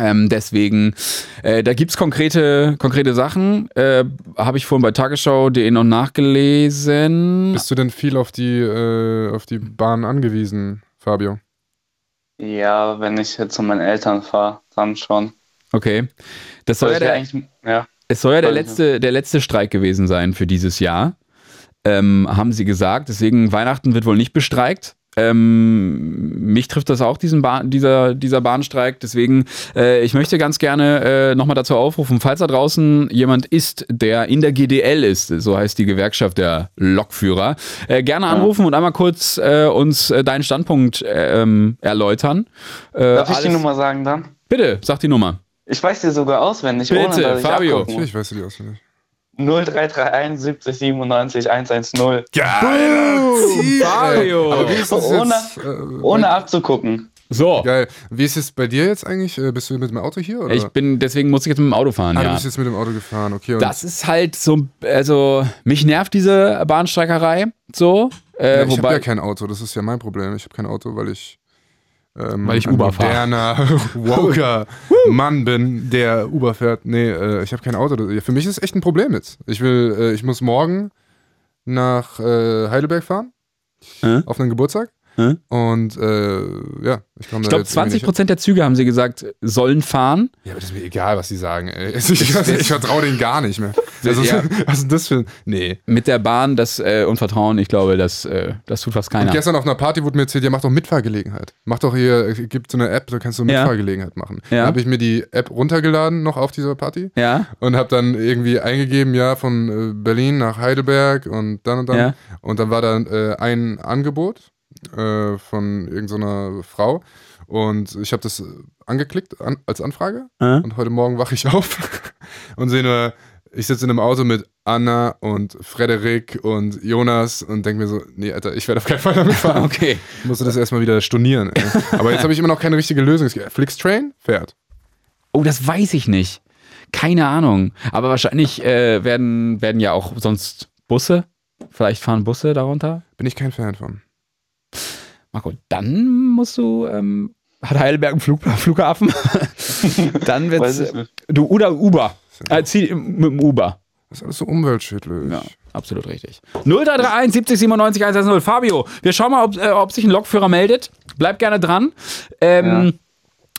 Ähm, deswegen, äh, da gibt's konkrete, konkrete Sachen. Äh, Habe ich vorhin bei tagesschau.de noch nachgelesen.
Bist du denn viel auf die, äh, auf die Bahn angewiesen, Fabio?
Ja, wenn ich jetzt zu meinen Eltern fahre, dann schon.
Okay. Das soll ja
ich will
der,
eigentlich, ja.
es soll ja der
Soll ich-
letzte, der letzte Streik gewesen sein für dieses Jahr. Ähm, haben sie gesagt. Deswegen, Weihnachten wird wohl nicht bestreikt. Ähm, mich trifft das auch, diesen ba dieser, dieser Bahnstreik. Deswegen, äh, ich möchte ganz gerne äh, nochmal dazu aufrufen, falls da draußen jemand ist, der in der GDL ist, so heißt die Gewerkschaft der Lokführer, äh, gerne anrufen und einmal kurz äh, uns äh, deinen Standpunkt äh, ähm, erläutern. Äh,
Darf ich die
alles-
Nummer sagen dann?
Bitte, sag die Nummer.
Ich weiß die sogar auswendig,
Bitte,
ohne dass ich
Fabio.
abgucken muss.
Natürlich weißt du die auswendig.
0331 70 97 110.
Mario!
Aber wie ist das
Ohne-
jetzt, äh,
Ohne abzugucken.
So.
Geil. Wie ist es bei dir jetzt eigentlich? Äh, Bist du mit dem Auto hier? Oder?
Ich bin, deswegen muss ich jetzt mit dem Auto fahren,
ah, du
ja.
bist jetzt mit dem Auto gefahren, okay. Und
Das ist halt so, also mich nervt diese Bahnstreikerei so. Äh,
Ja, ich habe
wobei,
ja kein Auto, das ist ja mein Problem. Ich habe kein Auto, weil ich, ähm,
Weil ich
ein
Uber fahr.
moderner Walker Mann bin, der Uber fährt. Nee, äh, ich habe kein Auto. Das- ja, Für mich ist es echt ein Problem jetzt. Ich will, äh, ich muss morgen nach äh, Heidelberg fahren
Äh?
auf einen Geburtstag
Äh?
und äh, ja, ich komme
ich
da
glaube,
jetzt irgendwie
20
nicht-
Prozent der Züge, haben sie gesagt, sollen fahren.
Ja, aber das ist mir egal, was sie sagen. Ey. Also, Ich, ich, ich vertraue denen gar nicht mehr. Also,
Ja.
Was ist denn das für? ein- Nee.
Mit der Bahn, das äh, und Vertrauen, ich glaube, das, äh, das tut fast keiner.
Und gestern auf einer Party wurde mir erzählt, ja, mach doch Mitfahrgelegenheit. Mach doch hier, es gibt so eine App, da kannst du
Ja.
Mitfahrgelegenheit machen.
Ja.
Dann habe ich mir die App runtergeladen, noch auf dieser Party.
Ja?
Und habe dann irgendwie eingegeben, ja, von äh, Berlin nach Heidelberg und dann und dann.
Ja.
Und dann war da äh, ein Angebot äh, von irgendeiner Frau. Und ich habe das äh, angeklickt an, als Anfrage.
Äh?
Und heute Morgen wache ich auf und sehe nur, ich sitze in einem Auto mit Anna und Frederik und Jonas und denke mir so, nee, Alter, ich werde auf keinen Fall damit fahren.
Okay.
Ich musste das erstmal wieder stornieren. Ey. Aber jetzt habe ich immer noch keine richtige Lösung. Flixtrain fährt.
Oh, das weiß ich nicht. Keine Ahnung. Aber wahrscheinlich äh, werden, werden ja auch sonst Busse. Vielleicht fahren Busse darunter.
Bin ich kein Fan von.
Marco, dann musst du. Ähm, hat Heidelberg einen Flug, Flughafen? dann
Weiß
wird's.
ich nicht.
Du, oder Uber. Äh, zieh mit dem Uber.
Das ist alles so umweltschädlich.
Ja, absolut richtig. 0331 70 97 110. Fabio, wir schauen mal, ob, äh, ob sich ein Lokführer meldet. Bleib gerne dran. Ähm,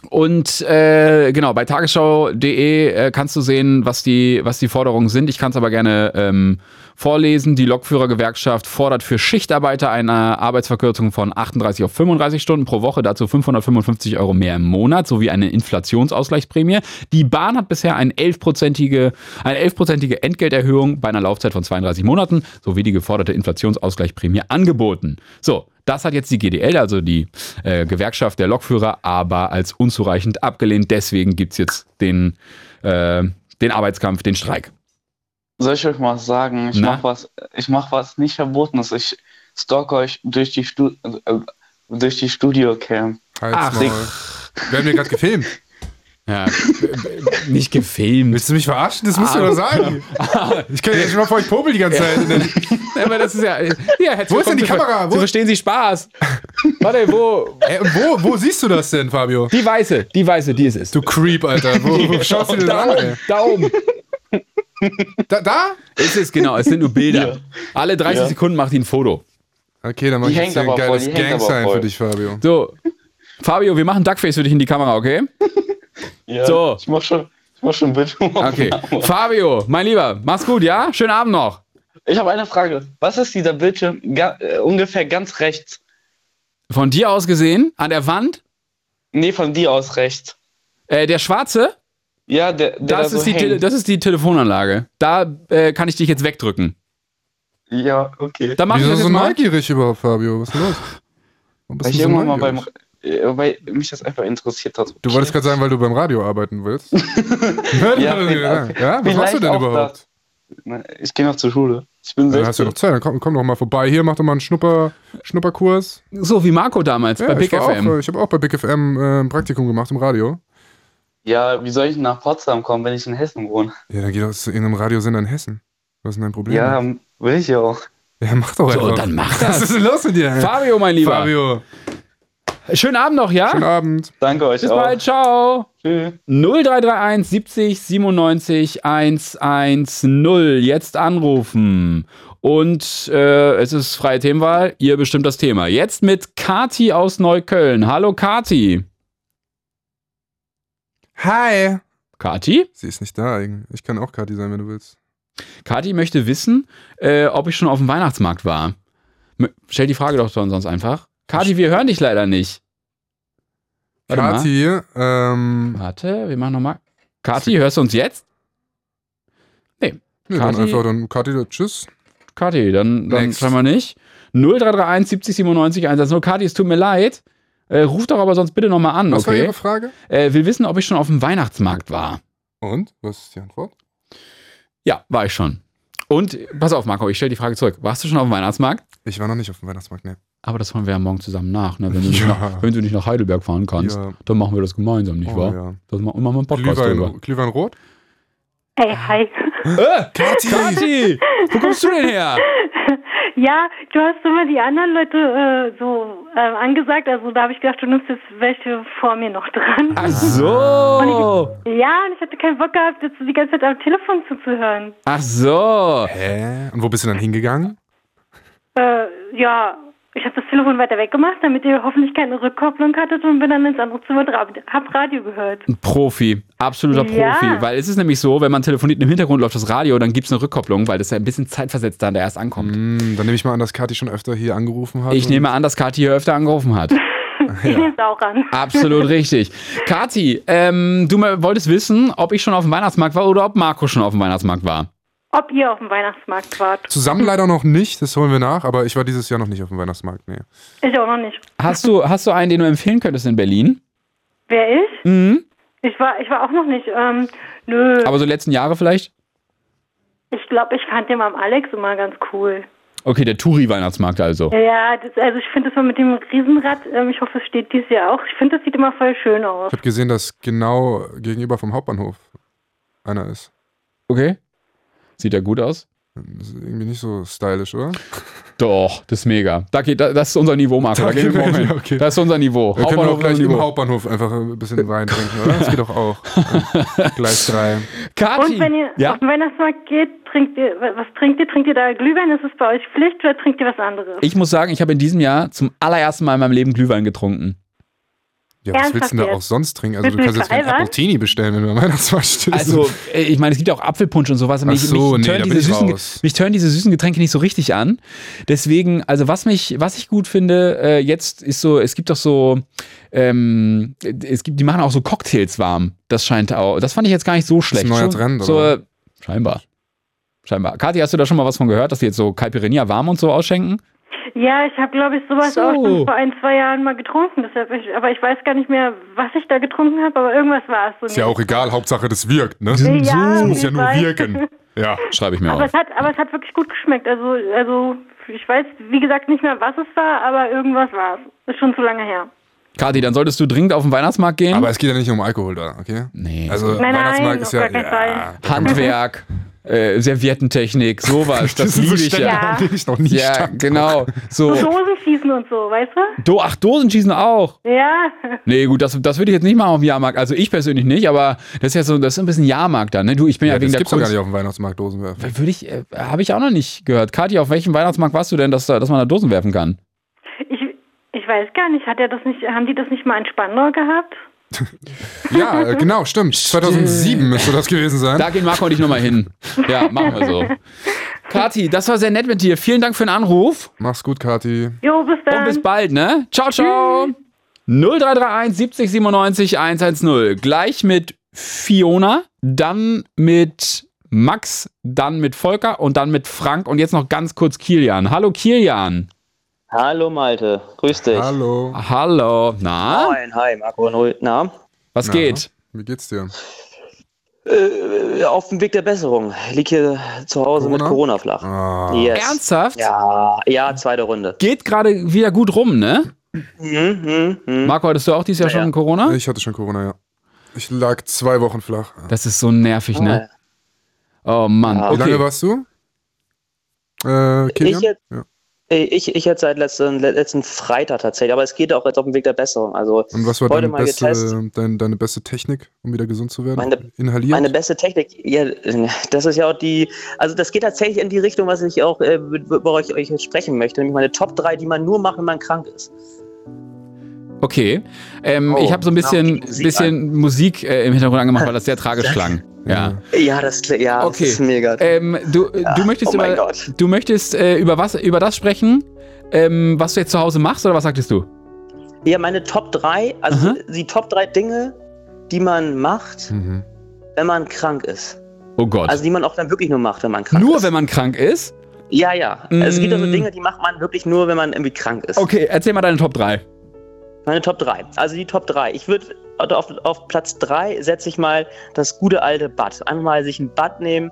Und äh, genau, bei tagesschau.de äh, kannst du sehen, was die, was die Forderungen sind. Ich kann es aber gerne ähm, vorlesen. Die Lokführergewerkschaft fordert für Schichtarbeiter eine Arbeitsverkürzung von 38 auf 35 Stunden pro Woche, dazu 555 Euro mehr im Monat sowie eine Inflationsausgleichsprämie. Die Bahn hat bisher eine 11-prozentige eine 11 Entgelterhöhung bei einer Laufzeit von 32 Monaten sowie die geforderte Inflationsausgleichsprämie angeboten. So, das hat jetzt die GDL, also die äh, Gewerkschaft der Lokführer, aber als unzureichend abgelehnt. Deswegen gibt es jetzt den, äh, den Arbeitskampf, den Streik.
Soll ich euch mal was sagen? Ich
Na?
mach was, ich mach was nicht Verbotenes. Ich stalk euch durch die Stu äh, durch die Studiocam.
Halt's Maul. Wir haben hier gerade gefilmt.
Ja, nicht gefilmt.
Willst du mich verarschen? Das musst du doch sagen. Ah. Ich kann ja schon mal vor euch Popel die ganze Zeit.
Aber das ist ja. ja herzlich
Wo ist denn die
willkommen zu-
Kamera? Wo-
Sie verstehen Sie Spaß. Warte, wo?
Hä, und wo, wo siehst du das denn, Fabio?
Die weiße, die weiße, die es ist.
Du Creep, Alter. Wo, wo schaust du dir
da,
das an?
oben,
Ey?
da oben.
Da, da?
Ist es genau, es sind nur Bilder. Alle 30 Sekunden macht die ein Foto.
Okay, dann mach ich
Die hängt
jetzt hier ein
aber voll,
geiles
die hängt aber
Gang-Sign
voll.
für dich, Fabio.
So, Fabio, wir machen Duckface für dich in die Kamera, okay?
Ja,
So.
Ich mach schon, ich mach schon ein Bild.
Okay. Fabio, mein Lieber, mach's gut, ja? Schönen Abend noch.
Ich habe eine Frage. Was ist dieser Bildschirm ga, äh, ungefähr ganz rechts?
Von dir aus gesehen, an der Wand,
Nee, von dir aus rechts.
äh, der schwarze,
Ja, der, der
das,
da
ist
so
die Tele-
hängt.
das ist die Telefonanlage. Da äh, kann ich dich jetzt wegdrücken.
Ja, okay.
Dann mach ich
Wieso
das
so
jetzt mal.
neugierig überhaupt, Fabio? Was ist denn los? Warum bist
Weil ich
so
irgendwann mal beim,
neugierig?
äh, weil mich das einfach interessiert hat.
Du wolltest gerade sagen, weil du beim Radio arbeiten willst. ja, ja,
vielleicht-
ja, was machst du
vielleicht
denn
auch
überhaupt?
Na, Ich gehe noch zur Schule. Ich bin
Dann hast du
16.
noch Zeit, dann komm, komm doch mal vorbei hier, mach doch mal einen Schnupper, Schnupperkurs.
So wie Marco damals bei
Ja,
Big
ich war Auch,
FM.
äh, ich habe auch bei Big FM äh, ein Praktikum gemacht im Radio.
Ja, wie soll ich denn nach Potsdam kommen, wenn ich in Hessen wohne?
Ja, dann geh doch zu irgendeinem Radiosender in Hessen. Was ist denn dein Problem?
Ja, will ich ja auch.
ja mach doch einfach.
So, dann mach
Was ist
das.
denn los mit dir?
Fabio, mein Lieber.
Fabio,
Schönen Abend noch, ja?
guten Abend.
Danke euch
Bis
auch.
bald, ciao.
Tschüss.
0331 70 97 110. Jetzt anrufen. Und äh, es ist freie Themenwahl. Ihr bestimmt das Thema. Jetzt mit Kati aus Neukölln. Hallo, Kati.
Hi.
Kati?
Sie ist nicht da. eigentlich. Ich kann auch Kati sein, wenn du willst.
Kati möchte wissen, äh, ob ich schon auf dem Weihnachtsmarkt war. M stell die Frage doch sonst einfach. Kati, wir hören dich leider nicht. Warte mal.
Kati, ähm,
Warte, wir machen nochmal. Kati, hörst du uns jetzt?
nee, dann
Kati-
einfach dann Kati, tschüss.
Kati, dann, dann
Next.
scheinbar nicht. 0331 70 97 110. Kati, es tut mir leid. Äh, ruf doch aber sonst bitte nochmal an,
Was war
okay?
Ihre Frage?
Äh, will wissen, ob ich schon auf dem Weihnachtsmarkt war.
Und? Was ist die Antwort?
Ja, war ich schon. Und, äh, pass auf, Marco, ich stelle die Frage zurück. Warst du schon auf dem Weihnachtsmarkt?
Ich war noch nicht auf dem Weihnachtsmarkt, ne.
Aber das holen wir ja morgen zusammen nach, ne? wenn, du nicht
Ja.
nach wenn du nicht nach Heidelberg fahren kannst.
Ja.
Dann machen wir das gemeinsam, nicht
Oh,
wahr?
ja.
Das machen wir mal einen Podcast drüber.
Glühwein, Glühwein rot?
Hey, hi.
Ah. Äh,
Kati!
Kati, wo kommst du denn her?
Ja, du hast immer die anderen Leute äh, so äh, angesagt. Also da habe ich gedacht, du nimmst jetzt welche vor mir noch dran.
Ach so.
Ja, und ich hatte keinen Bock gehabt, jetzt die ganze Zeit am Telefon zuzuhören.
Ach so.
Hä? Und wo bist du dann hingegangen?
Äh, ja, ich habe das Telefon weiter weggemacht, damit ihr hoffentlich keine Rückkopplung hattet und bin dann ins andere Zimmer dran. Hab Radio gehört.
Ein Profi, absoluter
Ja.
Profi. Weil es ist nämlich so, wenn man telefoniert, im Hintergrund läuft das Radio, dann gibt es eine Rückkopplung, weil das ja ein bisschen zeitversetzt dann da erst ankommt.
Hm, dann nehme ich mal an, dass Kati schon öfter hier angerufen hat.
Ich
und-
nehme an, dass Kati hier öfter angerufen hat.
Ich nehme es auch an.
Absolut richtig. Kati, ähm, du mal- wolltest wissen, ob ich schon auf dem Weihnachtsmarkt war oder ob Marco schon auf dem Weihnachtsmarkt war.
Ob ihr auf dem Weihnachtsmarkt wart.
Zusammen leider noch nicht, das holen wir nach, aber ich war dieses Jahr noch nicht auf dem Weihnachtsmarkt, nee.
Ich auch noch nicht.
Hast du, hast du einen, den du empfehlen könntest in Berlin?
Wer ich?
Mhm.
Ich war, ich war auch noch nicht. Ähm, nö.
Aber so die letzten Jahre vielleicht?
Ich glaube, ich fand den am Alex immer ganz cool.
Okay, der Touri-Weihnachtsmarkt also.
Ja, das, also ich finde das mal mit dem Riesenrad, ähm, ich hoffe, es steht dieses Jahr auch. Ich finde, das sieht immer voll schön aus.
Ich habe gesehen, dass genau gegenüber vom Hauptbahnhof einer ist.
Okay. Sieht ja gut aus.
Das ist irgendwie nicht so stylisch, oder?
Doch, das ist mega. Da geht, da, das ist unser Niveau, Marco. Da,
Da
gehen
gehen
wir morgen
wir-
hin.
ja, okay.
Das ist unser Niveau.
Da können wir auch
Hauptbahnhof ist
gleich
unser
im
Niveau.
Hauptbahnhof einfach ein bisschen Wein trinken, oder? Das geht doch auch. Ja. Gleich drei.
Kati.
Und wenn ihr
ja?
auf den Weihnachtsmarkt geht, trinkt ihr, wa- was trinkt ihr? Trinkt ihr da Glühwein? Ist es bei euch Pflicht oder trinkt ihr was anderes?
Ich muss sagen, ich habe in diesem Jahr zum allerersten Mal in meinem Leben Glühwein getrunken.
Ja, was willst du denn da
Ernsthaft
auch sonst trinken? Also,
Willst
du
du
kannst
mich
jetzt keinen
veralbern?
Appletini bestellen, wenn du am Weihnachtsmarkt stehst.
Also, äh, ich meine, es gibt ja auch Apfelpunsch und sowas. aber
Ach
Mich,
so,
mich,
nee,
turnen
da bin
diese
ich
süßen,
raus.
mich turnen diese süßen Getränke nicht so richtig an. Deswegen, also was mich, was ich gut finde, äh, jetzt ist so, es gibt doch so, ähm, es gibt, die machen auch so Cocktails warm. Das scheint auch, das fand ich jetzt gar nicht so schlecht.
neuer
Schon-
Trend,
so,
oder?
äh, Scheinbar. Scheinbar. Kathi, hast du da schon mal was von gehört, dass die jetzt so Calpirinia warm und so ausschenken?
Ja, ich habe, glaube ich, sowas
So.
auch schon vor ein, zwei Jahren mal getrunken. Deshalb ich, aber ich weiß gar nicht mehr, was ich da getrunken habe, aber irgendwas war es so.
ist ja auch egal, Hauptsache, das wirkt, ne?
Ja,
das muss
ich
ja nur
weiß.
wirken. Ja.
Schreibe ich mir
Aber
auf.
es, hat, aber es hat wirklich gut geschmeckt. Also, also ich weiß, wie gesagt, nicht mehr, was es war, aber irgendwas war es. Ist schon zu lange her.
Kathi, dann solltest du dringend auf den Weihnachtsmarkt gehen.
Aber es geht ja nicht um Alkohol da, okay?
Nee.
Also
Nein, um nein,
Weihnachtsmarkt ist
auf
ja,
gar keinen
ja
Fall.
Handwerk, äh, Serviettentechnik, sowas, das, liebe ich ja.
an denen ich noch nie
Ja,
stand.
genau.
So
So.
Dosen schießen und so, weißt du?
Do, ach, Dosen schießen auch.
Ja.
Nee, gut, das, das würde ich jetzt nicht machen auf dem Jahrmarkt. Also ich persönlich nicht, aber das ist ja so, das ist ein bisschen Jahrmarkt da, ne? Du, ich bin ja,
Ja,
wegen
das
der
gibt's doch gar
Kunst.
nicht auf dem Weihnachtsmarkt Dosen werfen.
Würde ich, äh, habe ich auch noch nicht gehört. Kathi, auf welchem Weihnachtsmarkt warst du denn, dass, da- dass man da Dosen werfen kann?
Ich, ich weiß gar nicht, hat er das nicht, haben die das nicht mal in Spandau gehabt?
Ja, äh, genau, stimmt. 2007 müsste das gewesen sein.
Da gehen Marco und ich nochmal hin. Ja, machen wir so. Kathi, das war sehr nett mit dir. Vielen Dank für den Anruf
Mach's gut, Kati.
Jo, bis dann.
und bis bald, ne? Ciao, ciao. 0331 70 97 110. Gleich mit Fiona, dann mit Max, dann mit Volker und dann mit Frank und jetzt noch ganz kurz Kilian. Hallo Kilian.
Hallo Malte, grüß dich.
Hallo.
Hallo. Na,
Moin, hi Marco und Ul- Na,
was
Na,
geht?
Wie geht's dir?
äh, auf dem Weg der Besserung. Lieg hier zu Hause mit Corona
Corona?
flach.
Ah,
Yes.
Ernsthaft?
Ja, ja, zweite Runde.
Geht gerade wieder gut rum, ne?
Mhm, mhm, mhm.
Marco, hattest du auch dieses Jahr
Ja,
schon Corona?
Ich hatte schon Corona, ja. Ich lag zwei Wochen flach.
Das ist so nervig, ne?
Ah,
Oh Mann.
Ja.
Wie lange
Okay.
warst du? Äh,
Ich
Kilian?
jetzt,
Ja.
äh, ich, ich jetzt seit letzten, le- letzten Freitag tatsächlich, aber es geht auch jetzt auf dem Weg der Besserung. Also
Und was war
heute
deine
mal getestet.
beste, dein, deine beste Technik, um wieder gesund zu werden?
Meine-
Inhalieren?
Meine beste Technik, ja, das ist ja auch die, also das geht tatsächlich in die Richtung, was ich auch, äh, worüber ich euch jetzt sprechen möchte, nämlich meine Top 3, die man nur macht, wenn man krank ist.
Okay. Ähm,
Oh,
ich habe so ein bisschen,
genau, die Musik
bisschen Musik äh, im Hintergrund angemacht, weil das sehr tragisch klang. Ja.
Ja, das, kli- ja,
Okay.
das ist mega.
Ähm, du, äh, du möchtest,
oh mein
über,
Gott.
du möchtest äh, über was über das sprechen, ähm, was du jetzt zu Hause machst oder was sagtest du?
Ja, meine Top 3, also
Aha.
die Top 3 Dinge, die man macht,
Mhm.
wenn man krank ist.
Oh Gott.
Also die man auch dann wirklich nur macht, wenn man krank
Nur
ist.
wenn man krank ist?
Ja, ja. Es gibt also
Mm.
Dinge, die macht man wirklich nur, wenn man irgendwie krank ist.
Okay, erzähl mal deine Top 3.
Meine Top 3. Also die Top 3. Ich würde auf, auf Platz 3 setze ich mal das gute alte Bad. Einfach mal sich ein Bad nehmen,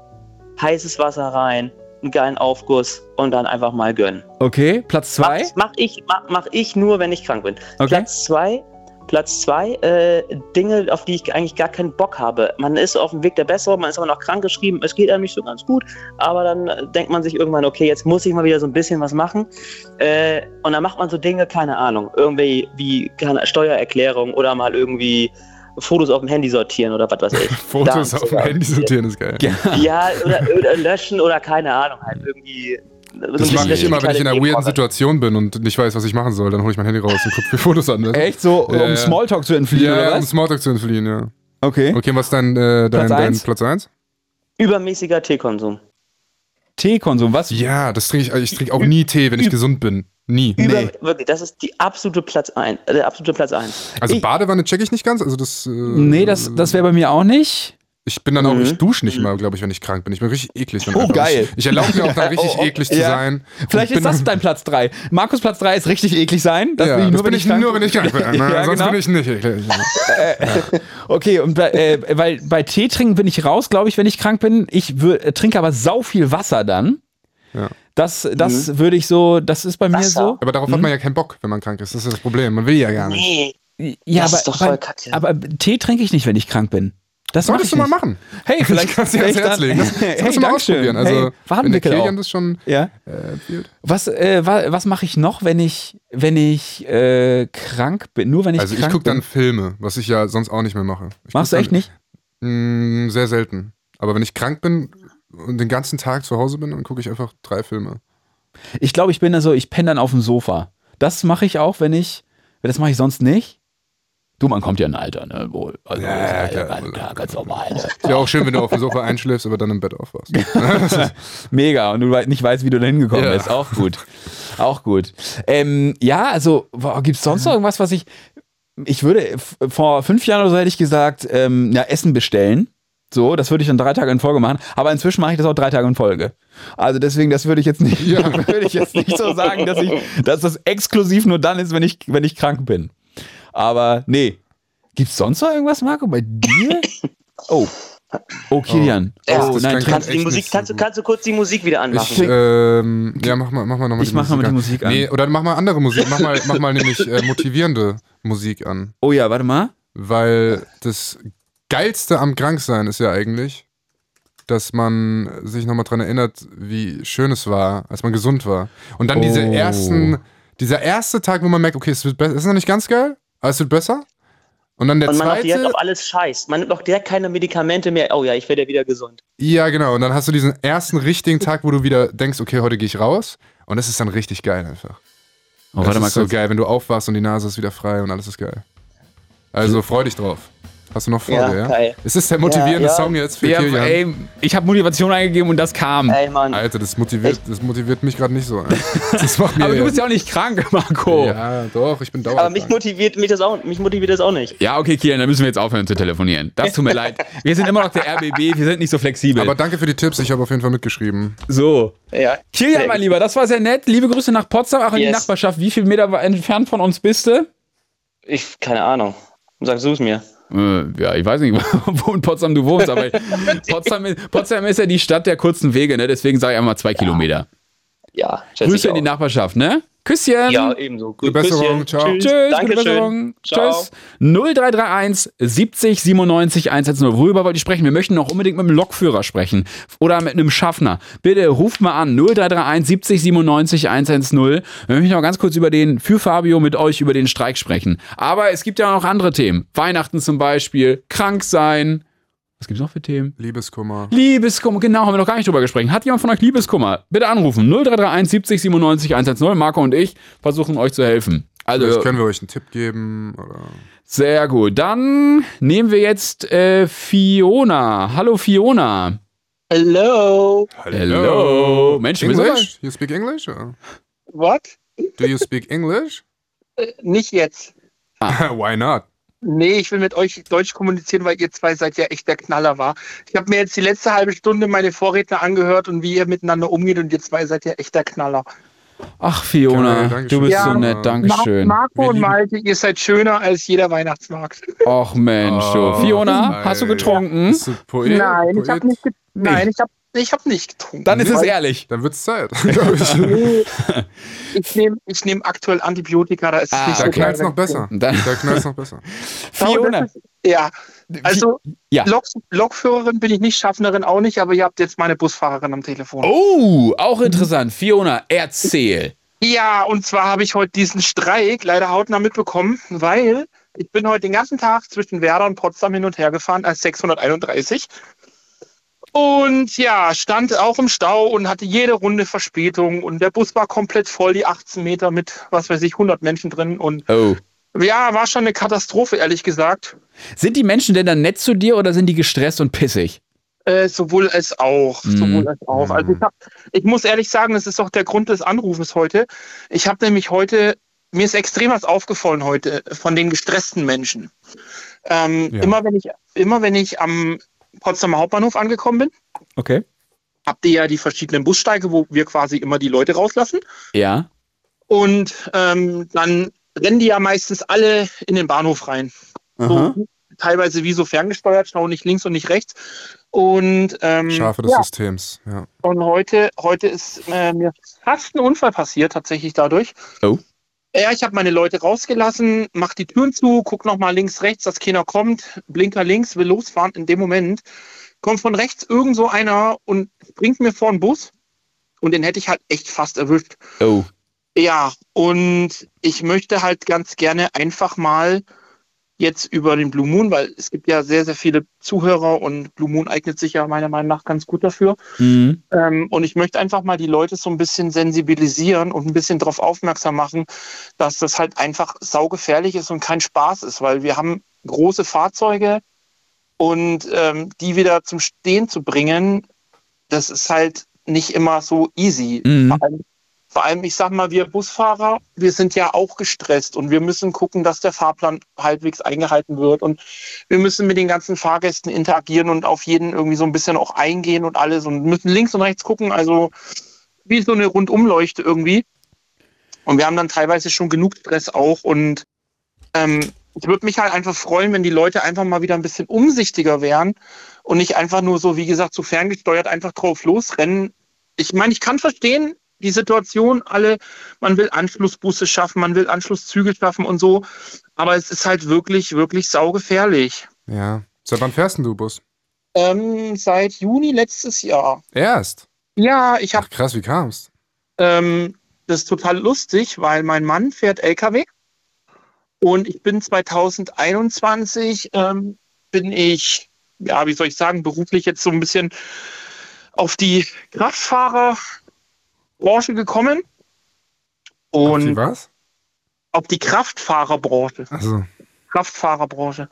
heißes Wasser rein, einen geilen Aufguss und dann einfach mal gönnen.
Okay, Platz 2.
Mach, mach, ich, mach, mach ich nur, wenn ich krank bin.
Okay.
Platz zwei, Platz zwei äh, Dinge, auf die ich eigentlich gar keinen Bock habe. Man ist auf dem Weg der Besserung, man ist aber noch krank geschrieben, es geht einem nicht so ganz gut, aber dann äh, denkt man sich irgendwann, okay, jetzt muss ich mal wieder so ein bisschen was machen. Äh, und dann macht man so Dinge, keine Ahnung, irgendwie wie keine, Steuererklärung oder mal irgendwie Fotos auf dem Handy sortieren oder was weiß ich.
Fotos
Darm-
auf dem Handy sortieren ist geil.
Ja, oder, oder löschen oder keine Ahnung, halt irgendwie. so ein
Das
bisschen
mache ich immer, wenn ich in einer
kleine
weirden
Nebenrolle.
Situation bin und nicht weiß, was ich machen soll. Dann hole ich mein Handy raus und gucke mir Fotos an. weißt du?
Echt so,
Ja, ja.
um Smalltalk zu entfliehen
Ja,
oder
um
was?
Smalltalk zu entfliehen, ja.
Okay.
Okay, was ist dein, äh, dein,
Platz
dein
eins?
Platz 1?
Übermäßiger Teekonsum.
Teekonsum, was?
Ja, das trinke ich. also Ich trinke auch nie Tee, wenn ich gesund bin. Nie.
Über, Wirklich, das ist die absolute Platz ein, äh, der absolute Platz eins.
Also
Ich-
Badewanne checke ich nicht ganz. Also das. Äh,
Nee, das, das wäre bei mir auch nicht.
Ich bin dann auch,
Mhm.
ich dusche nicht mal, glaube ich, wenn ich krank bin. Ich bin richtig eklig. Dann
Oh,
einfach.
geil.
Ich, ich erlaube mir auch dann richtig
oh,
eklig zu
ja.
sein.
Vielleicht
Und
ist das
bin
dein Platz 3. Markus Platz 3 ist richtig eklig sein. Das
ja,
bin ich nur,
das bin
wenn
ich
krank
nur, wenn ich krank bin. Ne?
Ja,
Sonst
genau.
bin ich nicht eklig.
Okay, und bei, äh, weil bei Tee trinken bin ich raus, glaube ich, wenn ich krank bin. Ich wür- äh, trinke aber sau viel Wasser dann.
Ja.
Das, das würde ich so, das ist bei
Mhm. Wasser?
Aber
Mhm.
darauf hat man ja keinen Bock, wenn man krank ist. Das ist das Problem. Man will ja gar nicht.
Nee,
mir so. Ja,
Das
aber,
ist doch voll
bei-
Kacke.
aber Tee trinke ich nicht, wenn ich krank bin. Das mach
Solltest
ich
du mal
nicht.
machen.
Hey, vielleicht
ich kannst du dir ans
vielleicht
Herz
dann-
legen. Das
Hey,
kannst du mal
Dankeschön.
ausprobieren. Also,
Hey,
wenn der
Wadenwickel
Kilian
auch.
das schon
Ja.
äh, fühlt.
Was, äh, wa- was mache ich noch, wenn ich, wenn ich äh, krank bin? Nur wenn ich
Also, ich
krank
gucke dann
bin.
Filme, was ich ja sonst auch nicht mehr mache. Ich
Machst du
guck
echt
dann-
nicht?
Mm, sehr selten. Aber wenn ich krank bin und den ganzen Tag zu Hause bin, dann gucke ich einfach drei Filme.
Ich glaube, ich bin da so, ich penne dann auf dem Sofa. Das mache ich auch, wenn ich, das mache ich sonst nicht. Du, man kommt ja in ein Alter, ne? Wo, also,
Ja,
ist halt
klar.
ganz, klar, ganz normal. Ne?
Ist ja auch schön, wenn du auf dem Sofa einschläfst, aber dann im Bett aufwachst.
Mega, und du wei- nicht weißt, wie du da hingekommen
Ja.
bist. Auch gut. Auch gut. Ähm, ja, also, gibt es sonst noch irgendwas, was ich, ich würde, f- vor fünf Jahren oder so hätte ich gesagt, ähm, ja, Essen bestellen. So, das würde ich dann drei Tage in Folge machen. Aber inzwischen mache ich das auch drei Tage in Folge. Also deswegen, das würde ich jetzt nicht, würde ich jetzt nicht so sagen, dass ich, dass das exklusiv nur dann ist, wenn ich, wenn ich krank bin. Aber nee. Gibt's sonst noch irgendwas, Marco, bei dir? Oh, Oh, Kilian.
Oh,
Oh,
das
nein,
klang
Kannst du, die
echt
Musik,
nicht so
kannst, du, kannst du kurz die Musik wieder
Ich,
anmachen?
ähm, ja, mach mal, mach mal nochmal
Ich mach mal die Musik an.
Nee, oder mach mal andere Musik. Mach mal, mach mal nämlich äh, motivierende Musik an.
Oh ja, warte mal.
Weil das Geilste am Kranksein ist ja eigentlich, dass man sich nochmal dran erinnert, wie schön es war, als man gesund war. Und dann diese
Oh.
ersten, dieser erste Tag, wo man merkt, okay, es wird besser, es ist noch nicht ganz geil, aber es wird besser. Und dann der
Und man hat halt direkt
zweite.
auf alles scheiß. Man nimmt auch direkt keine Medikamente mehr. Oh ja, ich werde ja wieder gesund.
Ja, genau. Und dann hast du diesen ersten richtigen Tag, wo du wieder denkst, okay, heute gehe ich raus. Und das ist dann richtig geil einfach.
Oh,
das
warte mal
ist so
kurz.
geil, wenn du aufwachst und die Nase ist wieder frei und alles ist geil.
Hm.
Also freu dich drauf. Hast du noch Freude, ja?
Ja, geil.
Es ist der motivierende
Ja, ja.
Song jetzt für
Ja,
Kilian.
ey, ich habe Motivation eingegeben und das kam.
Ey, Mann.
Alter, das motiviert, das motiviert mich gerade nicht so. ey. Das macht mir
Aber du bist ja auch nicht krank, Marco. Ja,
Ja, doch, ich bin dauernd.
Aber mich motiviert, mich, das auch, mich motiviert das auch nicht.
okay, Kilian, dann müssen wir jetzt aufhören zu telefonieren. Das tut mir leid. Wir sind immer noch der RBB, wir sind nicht so flexibel.
aber danke für die Tipps, ich habe auf jeden Fall mitgeschrieben.
so.
Ja.
Kilian, mein Lieber, das war sehr nett. Liebe Grüße nach Potsdam, auch in die
Yes.
Nachbarschaft. Wie viel Meter entfernt von uns bist du?
Ich, keine Ahnung. Sagst du es mir.
Äh, ja, ich weiß nicht, wo in Potsdam du wohnst, aber Potsdam, ist- Potsdam ist ja die Stadt der kurzen Wege, ne? deswegen sage ich einmal zwei Kilometer.
Ja, schätze
Grüße
ich
in die
auch.
Nachbarschaft, ne? Küsschen!
Ja, ebenso. Gut,
Gute Besserung,
Küsschen.
ciao.
Tschüss.
Tschüss, gute
Dankeschön.
Besserung.
Ciao.
Tschüss. 0331 70 97 110. Worüber wollt ihr sprechen? Wir möchten auch unbedingt mit einem Lokführer sprechen oder mit einem Schaffner. Bitte ruft mal an 0331 70 97 110. Wir möchten noch ganz kurz über den für Fabio mit euch über den Streik sprechen. Aber es gibt ja noch andere Themen. Weihnachten zum Beispiel, krank sein. Was gibt's noch für Themen?
Liebeskummer.
Liebeskummer, genau, haben wir noch gar nicht drüber gesprochen. Hat jemand von euch Liebeskummer? Bitte anrufen. 0331 70 97 110. Marco und ich versuchen euch zu helfen. Also,
Vielleicht können wir euch einen Tipp geben. Oder
sehr gut. Dann nehmen wir jetzt äh, Fiona. Hallo, Fiona.
Hello.
Hello. Mensch, wir sind
English? You speak English? Or
What? Äh,
do you speak English?
Nicht jetzt.
Ah.
Why not?
Nee, ich will mit euch Deutsch kommunizieren, weil ihr zwei seid ja echt der Knaller war. Ich habe mir jetzt die letzte halbe Stunde meine Vorredner angehört und wie ihr miteinander umgeht und ihr zwei seid ja echt der Knaller.
Ah,
Ach, Fiona,
Geil, danke
du bist
schön.
so
Ja.
nett.
Ma-
Dankeschön.
Wir
Marco und
lieben-
Malte, ihr seid schöner als jeder Weihnachtsmarkt.
Ach, Mensch. du.
Oh,
Fiona,
nein.
hast du getrunken?
Bist du Poet?
Nein, ich
Poet?
habe nicht, get- nein, ich hab, ich hab nicht getrunken.
Dann ist es
Weil
ehrlich.
Dann wird's Zeit, glaube ich.
Ich nehme ich nehm aktuell Antibiotika, da ist es
Ah,
nicht
Da
so
okay.
knallt's
geil.
noch besser.
Dann-
Da knallt's noch besser.
Ja,
Fiona.
das ist- Ja, also
Ja.
Lok, Lokführerin bin ich nicht, Schaffnerin auch nicht, aber ihr habt jetzt meine Busfahrerin am Telefon.
Oh, auch interessant. Fiona, erzähl.
Ja, und zwar habe ich heute diesen Streik leider hautnah mitbekommen, weil ich bin heute den ganzen Tag zwischen Werder und Potsdam hin und her gefahren als 631. Und ja, stand auch im Stau und hatte jede Runde Verspätung und der Bus war komplett voll, die 18 Meter mit, was weiß ich, 100 Menschen drin und
Oh.
ja, war schon eine Katastrophe, ehrlich gesagt.
Sind die Menschen denn dann nett zu dir oder sind die gestresst und pissig?
Äh, sowohl als auch,
Mhm.
sowohl als auch. Also ich, hab, ich muss ehrlich sagen, das ist auch der Grund des Anrufes heute. Ich habe nämlich heute, mir ist extrem was aufgefallen heute von den gestressten Menschen. Ähm,
Ja.
Immer wenn ich, immer wenn ich am Potsdamer Hauptbahnhof angekommen bin,
Okay.
habt ihr ja die verschiedenen Bussteige, wo wir quasi immer die Leute rauslassen.
Ja.
Und ähm, dann rennen die ja meistens alle in den Bahnhof rein. So, teilweise wie so ferngesteuert, schauen nicht links und nicht rechts. Und ähm,
Schafe des
ja,
Systems. Ja.
und heute, heute ist äh, mir fast ein Unfall passiert, tatsächlich dadurch.
Oh.
Ja, ich habe meine Leute rausgelassen, mach die Türen zu, guck nochmal links, rechts, dass keiner kommt, Blinker links, will losfahren. In dem Moment kommt von rechts irgend so einer und springt mir vor den Bus und den hätte ich halt echt fast erwischt.
Oh.
Ja, und ich möchte halt ganz gerne einfach mal jetzt über den Blue Moon, weil es gibt ja sehr, sehr viele Zuhörer und Blue Moon eignet sich ja meiner Meinung nach ganz gut dafür.
Mhm.
Ähm, und ich möchte einfach mal die Leute so ein bisschen sensibilisieren und ein bisschen darauf aufmerksam machen, dass das halt einfach saugefährlich ist und kein Spaß ist, weil wir haben große Fahrzeuge und ähm, die wieder zum Stehen zu bringen, das ist halt nicht immer so easy.
Mhm.
Vor, allem, vor allem, ich sag mal, wir Busfahrer, wir sind ja auch gestresst und wir müssen gucken, dass der Fahrplan halbwegs eingehalten wird und wir müssen mit den ganzen Fahrgästen interagieren und auf jeden irgendwie so ein bisschen auch eingehen und alles und müssen links und rechts gucken, also wie so eine Rundumleuchte irgendwie. Und wir haben dann teilweise schon genug Stress auch und ähm, Ich würde mich halt einfach freuen, wenn die Leute einfach mal wieder ein bisschen umsichtiger wären und nicht einfach nur so, wie gesagt, so ferngesteuert einfach drauf losrennen. Ich meine, ich kann verstehen, die Situation, alle, man will Anschlussbusse schaffen, man will Anschlusszüge schaffen und so, aber es ist halt wirklich, wirklich saugefährlich.
Ja. Seit wann fährst denn du Bus?
Ähm, seit Juni letztes Jahr.
Erst?
Ja, ich habe
Ach krass, wie kam's?
ähm, das ist total lustig, weil mein Mann fährt LKW und ich bin 2021 ähm, bin ich, ja, wie soll ich sagen, beruflich jetzt so ein bisschen auf die Kraftfahrerbranche gekommen
Auf die
und
was?
auf die Kraftfahrerbranche.
Also,
Kraftfahrerbranche.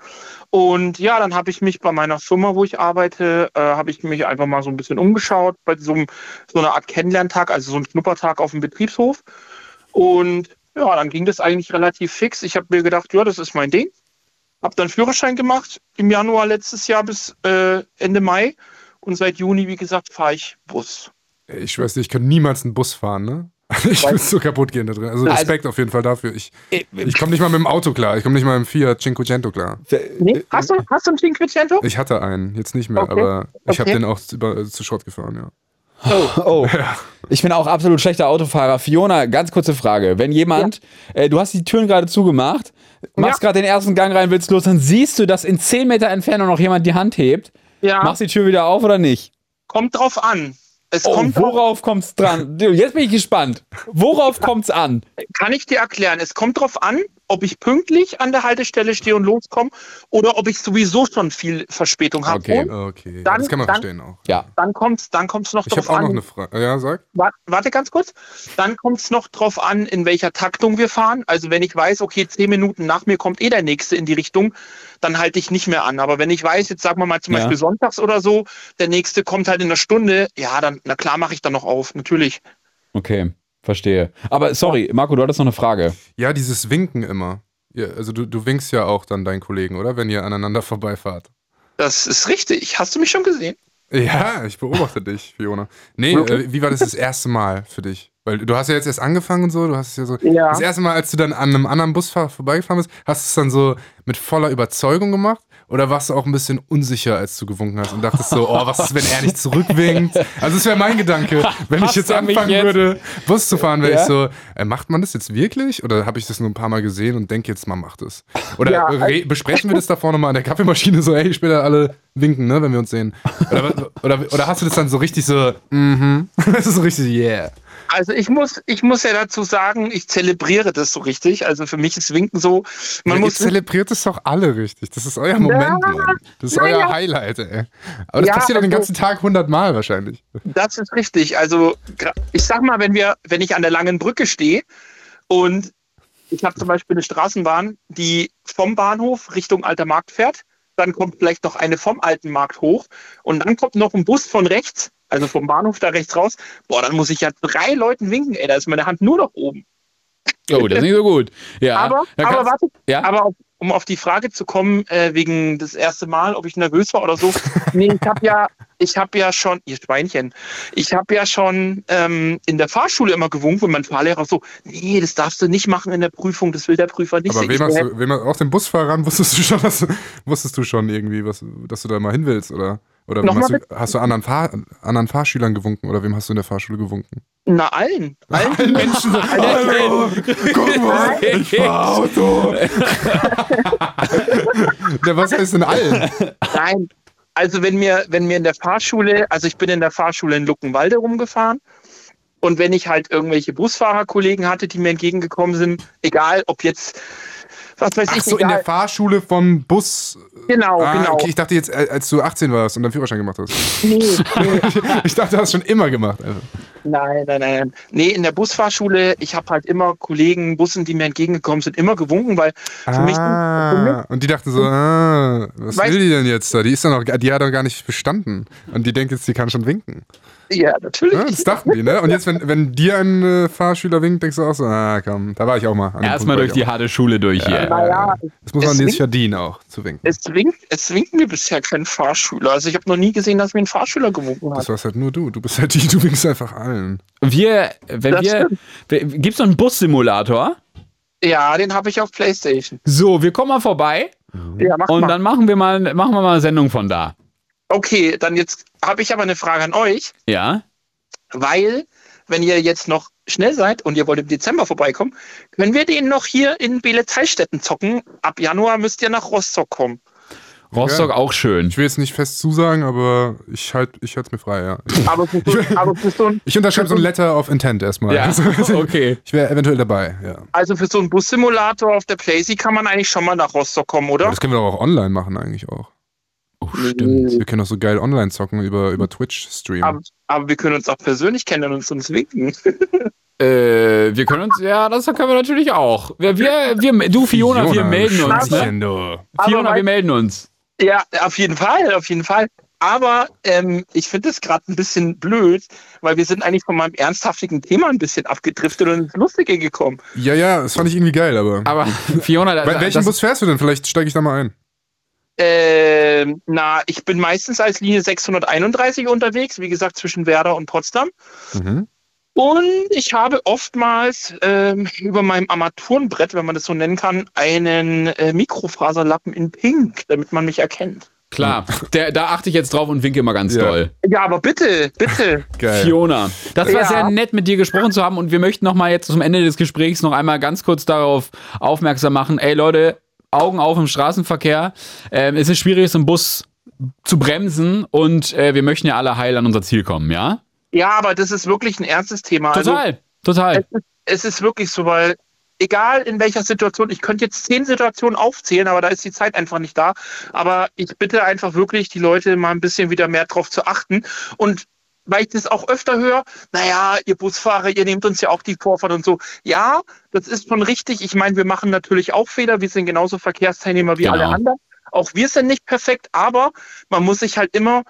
Und ja, dann habe ich mich bei meiner Firma, wo ich arbeite, äh, habe ich mich einfach mal so ein bisschen umgeschaut, bei so, einem- so einer Art Kennenlerntag, also so einem Schnuppertag auf dem Betriebshof. Und ja, dann ging das eigentlich relativ fix. Ich habe mir gedacht, ja, das ist mein Ding. Habe dann Führerschein gemacht im Januar letztes Jahr bis äh, Ende Mai. Und seit Juni, wie gesagt, fahre ich Bus.
ey, ich schwör's dir, ich könnte niemals einen Bus fahren, ne? Ich würde so kaputt gehen da drin. Also
Also-
Respekt auf jeden Fall dafür. Ich, ich komme nicht mal mit dem Auto klar. Ich komme nicht mal mit dem Fiat Cinquecento klar.
Nee, hast, du, hast du einen Cinquecento?
Ich hatte einen, jetzt nicht mehr,
Okay.
aber ich habe
Okay.
den auch zu- über, äh, zu Schrott gefahren, ja.
Oh, ich bin auch absolut schlechter Autofahrer. Fiona, ganz kurze Frage. Wenn jemand, äh, du hast die Türen gerade zugemacht, machst gerade den ersten Gang rein, willst los, dann siehst du, dass in 10 Meter Entfernung noch jemand die Hand hebt.
Ja.
Machst die Tür wieder auf oder nicht?
Kommt drauf an. Es
Oh,
kommt
worauf kommt's dran? Du, Jetzt bin ich gespannt. Worauf kommt's an?
Kann ich dir erklären. Es kommt drauf an, ob ich pünktlich an der Haltestelle stehe und loskomme oder ob ich sowieso schon viel Verspätung habe.
Okay.
Und
Okay.
Dann-
das kann man
dann-
verstehen auch.
Ja.
dann kommt es dann kommt's noch
Ich
drauf
habe auch noch
an.
eine Frage. Ja, sag.
Wa- Warte ganz kurz. Dann kommt es noch drauf an, in welcher Taktung wir fahren. Also wenn ich weiß, okay, zehn Minuten nach mir kommt eh der nächste in die Richtung, dann halte ich nicht mehr an. Aber wenn ich weiß, jetzt sagen wir mal zum
Ja.
Beispiel sonntags oder so, der nächste kommt halt in einer Stunde, ja, dann, na klar, mache ich dann noch auf, natürlich.
Okay, verstehe. Aber sorry, Marco, du hattest noch eine Frage.
Ja, dieses Winken immer. Ja, also du, du winkst ja auch dann deinen Kollegen, oder? Wenn ihr aneinander vorbeifahrt.
Das ist richtig. Hast du mich schon gesehen?
Ja, ich beobachte dich, Fiona. Nee, äh, wie war das das erste Mal für dich? Weil du hast ja jetzt erst angefangen und so, du hast es ja so.
Ja.
Das erste Mal, als du dann an einem anderen Busfahrer vorbeigefahren bist, hast du es dann so mit voller Überzeugung gemacht? Oder warst du auch ein bisschen unsicher, als du gewunken hast und dachtest so, oh, was ist, wenn er nicht zurückwinkt? Also, es wäre mein Gedanke, wenn ich
Hasst
jetzt
er mich
anfangen
jetzt?
würde, Bus zu fahren, wäre
Ja.
ich so, äh, macht man das jetzt wirklich? Oder habe ich das nur ein paar Mal gesehen und denke jetzt, man macht es? Oder
Ja, also
re- besprechen wir das da vorne mal an der Kaffeemaschine so, hey, später alle winken, ne, wenn wir uns sehen? Oder, oder, oder hast du das dann so richtig so, mhm, das ist so richtig, yeah.
Also ich muss, ich muss ja dazu sagen, ich zelebriere das so richtig. Also für mich ist Winken so, man
Man
muss
zelebriert es doch alle richtig. Das ist euer Moment, Mann. Das ist euer Highlight, ey. Aber das
Ja,
passiert doch den
also-
ganzen Tag hundertmal wahrscheinlich.
Das ist richtig. Also gra- ich sag mal, wenn wir, wenn ich an der langen Brücke stehe und ich habe zum Beispiel eine Straßenbahn, die vom Bahnhof Richtung Alter Markt fährt, dann kommt vielleicht noch eine vom Alten Markt hoch und dann kommt noch ein Bus von rechts, also vom Bahnhof da rechts raus. Boah, dann muss ich ja drei Leuten winken, ey, da ist meine Hand nur noch oben.
Oh, das ist nicht so gut. Ja.
aber,
Da
aber
kannst-
warte,
ja?
aber auf, um auf die Frage zu kommen, äh, wegen das erste Mal, ob ich nervös war oder so. nee, ich habe ja, ich habe ja schon, ihr Schweinchen, ich habe ja schon ähm, in der Fahrschule immer gewunken und mein Fahrlehrer so, nee, das darfst du nicht machen in der Prüfung, das will der Prüfer nicht
Aber
sehen.
wem
Ich
hast
so,
du, wem, auch den Busfahrern wusstest du schon, dass du, wusstest du schon irgendwie, was, dass du da mal hin willst, oder? Oder wem
Nochmal
hast, du, hast du anderen, Fahr, anderen Fahrschülern gewunken oder wem hast du in der Fahrschule gewunken?
Na allen, allen
Allen Menschen so, hallo, guck mal, ich fahr Auto. ja, was heißt denn allen?
Nein. Also wenn mir, wenn mir in der Fahrschule, also ich bin in der Fahrschule in Luckenwalde rumgefahren und wenn ich halt irgendwelche Busfahrerkollegen hatte, die mir entgegengekommen sind, egal ob jetzt, was weiß
Ach
ich,
so, in
egal,
der Fahrschule vom Bus.
genau,
ah,
genau.
okay, ich dachte jetzt, äh, als du 18 warst und dann Führerschein gemacht hast.
Nee, nee,
Ich dachte, du hast schon immer gemacht. Also.
nein, nein, nein, nein. Nee, in der Busfahrschule, ich habe halt immer Kollegen, Bussen, die mir entgegengekommen sind, immer gewunken, weil für mich, für
Ah, und die dachten so, ah, was
Weißt-
will die denn jetzt da? Die, ist doch noch, die hat doch gar nicht bestanden. Und die denkt jetzt, die kann schon winken.
mich, ja, natürlich.
Ja, das dachten die, ne? Und jetzt, wenn, wenn dir ein äh, Fahrschüler winkt, denkst du auch so, ah, komm, da war ich auch mal. An dem
Erstmal durch
Punkt war
die
ich
harte Schule durch hier.
Naja,
auch. Das muss man
Es
jetzt
winkt-
verdienen auch, zu winken.
es winkt, es winkt mir bisher kein Fahrschüler. Also ich habe noch nie gesehen, dass mir ein Fahrschüler gewunken hat.
Das warst halt nur du. Du bist halt die, du winkst einfach allen.
Wir, wenn
Das
wir, wir gibt's noch einen Bussimulator?
Ja, den habe ich auf Playstation.
So, wir kommen mal vorbei
Ja, mach
und
mal.
dann machen wir mal, machen wir mal eine Sendung von da.
Okay, dann jetzt habe ich aber eine Frage an euch,
Ja?
weil wenn ihr jetzt noch schnell seid und ihr wollt im Dezember vorbeikommen, können wir den noch hier in Beleteilstätten zocken. Ab Januar müsst ihr nach Rostock kommen.
Rostock auch schön.
Ich will jetzt nicht fest zusagen, aber ich halt, ich halte mir frei, ja.
Aber für so, aber für so ein,
Ich unterschreibe so ein Letter of Intent erstmal.
Ja,
Also,
okay.
ich wäre eventuell dabei, ja.
also für so einen Bussimulator auf der Playsee kann man eigentlich schon mal nach Rostock kommen,
Aber
oder?
das können wir doch auch online machen eigentlich auch.
Oh, stimmt.
Wir können doch so geil online zocken über, über Twitch
Aber,
streamen.
aber wir können uns auch persönlich kennen und uns, uns winken.
Äh, wir können uns, ja, das können wir natürlich auch. Wir, wir, wir du, Fiona, wir melden uns. Ne?
Schätzchen, du.
Fiona,
Aber
wir melden uns.
Ja, auf jeden Fall, auf jeden Fall. Aber ähm, ich finde es gerade ein bisschen blöd, weil wir sind eigentlich von meinem ernsthaftigen Thema ein bisschen abgedriftet und ins Lustige gekommen.
Ja, ja, das fand ich irgendwie geil, aber.
Aber Fiona, da-
Wel- welchen
das,
Bus fährst du denn? Vielleicht steige ich da mal ein.
Ähm, na, ich bin meistens als Linie 631 unterwegs, wie gesagt, zwischen Werder und Potsdam.
Mhm.
Und ich habe oftmals ähm, über meinem Armaturenbrett, wenn man das so nennen kann, einen äh, Mikrofaserlappen in Pink, damit man mich erkennt.
klar, der, da achte ich jetzt drauf und winke immer ganz
Ja.
doll.
Ja, aber bitte, bitte.
Geil.
Fiona, das war
Ja.
sehr nett, mit dir gesprochen zu haben und wir möchten nochmal jetzt zum Ende des Gesprächs noch einmal ganz kurz darauf aufmerksam machen. Ey Leute, Augen auf im Straßenverkehr. Ähm, es ist schwierig, es im Bus zu bremsen und äh, wir möchten ja alle heil an unser Ziel kommen, ja?
ja, aber das ist wirklich ein ernstes Thema. Also,
Total, total.
es ist wirklich so, weil egal in welcher Situation, ich könnte jetzt zehn Situationen aufzählen, aber da ist die Zeit einfach nicht da. Aber ich bitte einfach wirklich die Leute mal ein bisschen wieder mehr drauf zu achten. Und weil ich das auch öfter höre, naja, ihr Busfahrer, ihr nehmt uns ja auch die Vorfahrt und so. Ja, das ist schon richtig. Ich meine, wir machen natürlich auch Fehler. Wir sind genauso Verkehrsteilnehmer wie
Genau.
alle anderen. Auch wir sind nicht perfekt, aber man muss sich halt immer,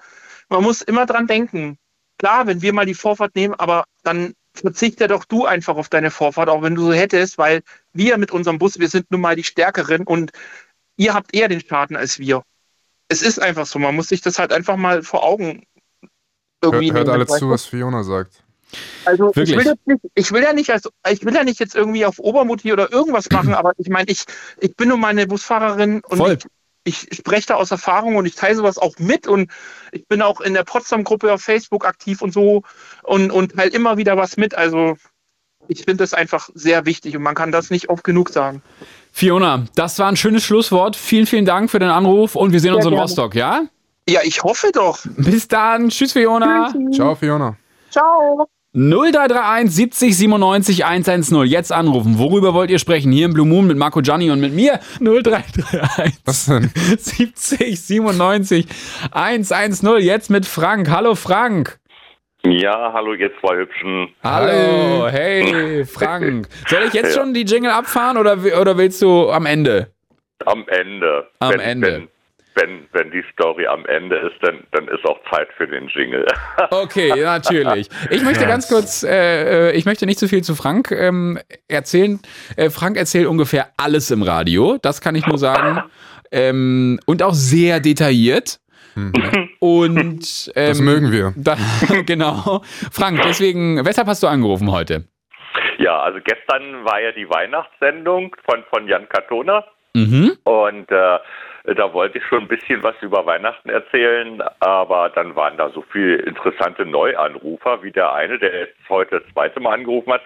man muss immer dran denken. Klar, wenn wir mal die Vorfahrt nehmen, aber dann verzichte doch du einfach auf deine Vorfahrt, auch wenn du so hättest, weil wir mit unserem Bus, wir sind nun mal die Stärkeren und ihr habt eher den Schaden als wir. Es ist einfach so, man muss sich das halt einfach mal vor Augen
Hör,
irgendwie
hört
nehmen,
alle
weißt
zu,
du?
was Fiona sagt.
Also ich
Wirklich?
will, jetzt nicht, ich will ja nicht als ich will ja nicht jetzt irgendwie auf Obermutti oder irgendwas machen, aber ich meine, ich, ich bin nun mal eine Busfahrerin und
Voll.
ich, ich spreche da aus Erfahrung und ich teile sowas auch mit und ich bin auch in der Potsdam-Gruppe auf Facebook aktiv und so und, und teile immer wieder was mit. Also ich finde das einfach sehr wichtig und man kann das nicht oft genug sagen.
Fiona, das war ein schönes Schlusswort. Vielen, vielen Dank für den Anruf und wir sehen uns in
gerne.
Rostock, ja?
Ja, ich hoffe doch.
Bis dann. Tschüss, Fiona.
Ciao, Fiona.
Ciao.
0331 70 97 110. Jetzt anrufen. Worüber wollt ihr sprechen? Hier im Blue Moon mit Marco Gianni und mit mir. 0331
Was denn?
70 97 110. Jetzt mit Frank. Hallo, Frank.
Ja, hallo ihr zwei Hübschen.
Hallo. Hey, Frank. Soll ich jetzt schon die Jingle abfahren oder, wi- oder willst du am Ende?
Am Ende.
Am Ende.
Wenn, wenn, wenn die Story am Ende ist, dann, dann ist auch Zeit für den Jingle.
Okay, natürlich. Ich möchte ganz kurz, äh, äh, ich möchte nicht zu viel zu Frank ähm, erzählen. Äh, Frank erzählt ungefähr alles im Radio, das kann ich nur sagen. Ähm, und auch sehr detailliert. Und ähm,
Mhm. Das mögen wir.
Da, genau. Frank, deswegen, weshalb hast du angerufen heute?
ja, also gestern war ja die Weihnachtssendung von, von Jan Katona.
Mhm.
Und äh, da wollte ich schon ein bisschen was über Weihnachten erzählen, aber dann waren da so viele interessante Neuanrufer, wie der eine, der jetzt heute das zweite Mal angerufen hat.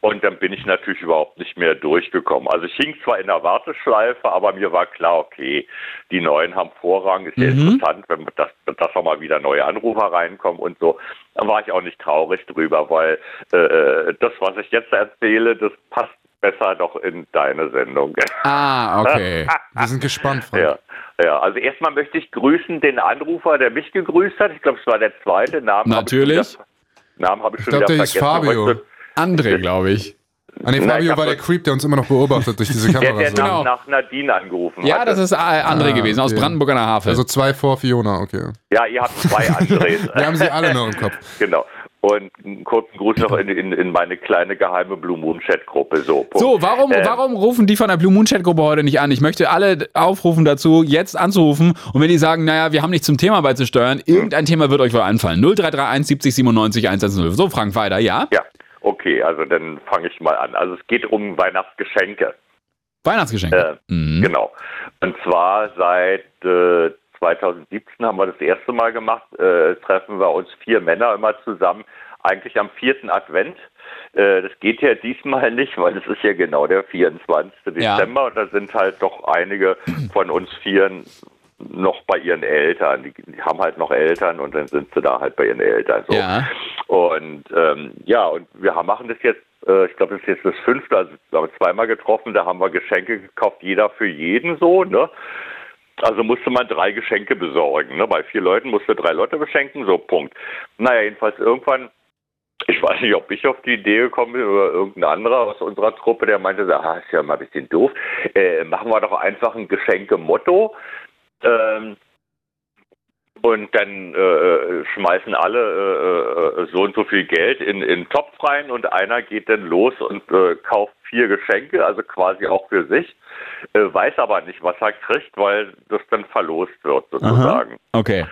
Und dann bin ich natürlich überhaupt nicht mehr durchgekommen. Also ich hing zwar in der Warteschleife, aber mir war klar, okay, die Neuen haben Vorrang, ist ja interessant, wenn das, dass auch mal wieder neue Anrufer reinkommen und so. Da war ich auch nicht traurig drüber, weil äh, das, was ich jetzt erzähle, das passt besser doch in deine Sendung.
Ah, okay.
Wir sind gespannt, Frank.
Ja, ja, also erstmal möchte ich grüßen den Anrufer, der mich gegrüßt hat. Ich glaube, es war der zweite. Namen
Natürlich.
Habe ich schon wieder, Namen habe ich,
Ich
schon
glaube,
wieder
der hieß
vergessen.
Fabio.
Heute-
André, glaube ich.
Ah,
Nein,
nee,
ich
Fabio
hab
war der
das-
Creep, der uns immer noch beobachtet durch diese
Der,
Kamera.
der
so.
nach,
Genau.
nach Nadine angerufen
Ja,
hatte.
das ist äh, André
Ah,
gewesen, aus
okay.
Brandenburg an der Havel.
Also zwei vor Fiona, okay.
Ja, ihr habt zwei Andres.
Wir haben sie alle noch im Kopf.
genau. Und einen kurzen Gruß noch in, in, in meine kleine geheime Blue Moon Chat Gruppe. So, Punkt.
So, warum,
Ähm,
warum rufen die von der Blue Moon Chat Gruppe heute nicht an? Ich möchte alle aufrufen dazu, jetzt anzurufen. Und wenn die sagen, naja, wir haben nichts zum Thema beizusteuern,
Hm.
irgendein Thema wird euch wohl anfallen. 0331 70 97 110. So, Frank, weiter, ja?
Ja, okay, also dann fange ich mal an. Also es geht um Weihnachtsgeschenke.
Weihnachtsgeschenke. Mhm.
Äh, Genau. Und zwar seit äh, 2017 haben wir das erste Mal gemacht, äh, treffen wir uns vier Männer immer zusammen, eigentlich am vierten Advent. Äh, das geht ja diesmal nicht, weil es ist ja genau der 24.
Ja.
Dezember und da sind halt doch einige von uns Vieren noch bei ihren Eltern. Die, die haben halt noch Eltern und dann sind sie da halt bei ihren Eltern. So.
Ja.
Und ähm, ja, und wir haben- machen das jetzt, äh, ich glaube, das ist jetzt das fünfte, also wir haben zweimal getroffen, da haben wir Geschenke gekauft, jeder für jeden so, ne? Also musste man drei Geschenke besorgen, ne? Bei vier Leuten musste drei Leute beschenken, so Punkt. Naja, jedenfalls irgendwann ich weiß nicht, ob ich auf die Idee gekommen bin oder irgendein anderer aus unserer Truppe, der meinte, ah, ist ja mal ein bisschen doof, äh, machen wir doch einfach ein Geschenkemotto. Ähm, und dann äh, schmeißen alle äh, äh, so und so viel Geld in, in den Topf rein und einer geht dann los und äh, kauft vier Geschenke, also quasi auch für sich, äh, weiß aber nicht, was er kriegt, weil das dann verlost wird sozusagen.
Okay.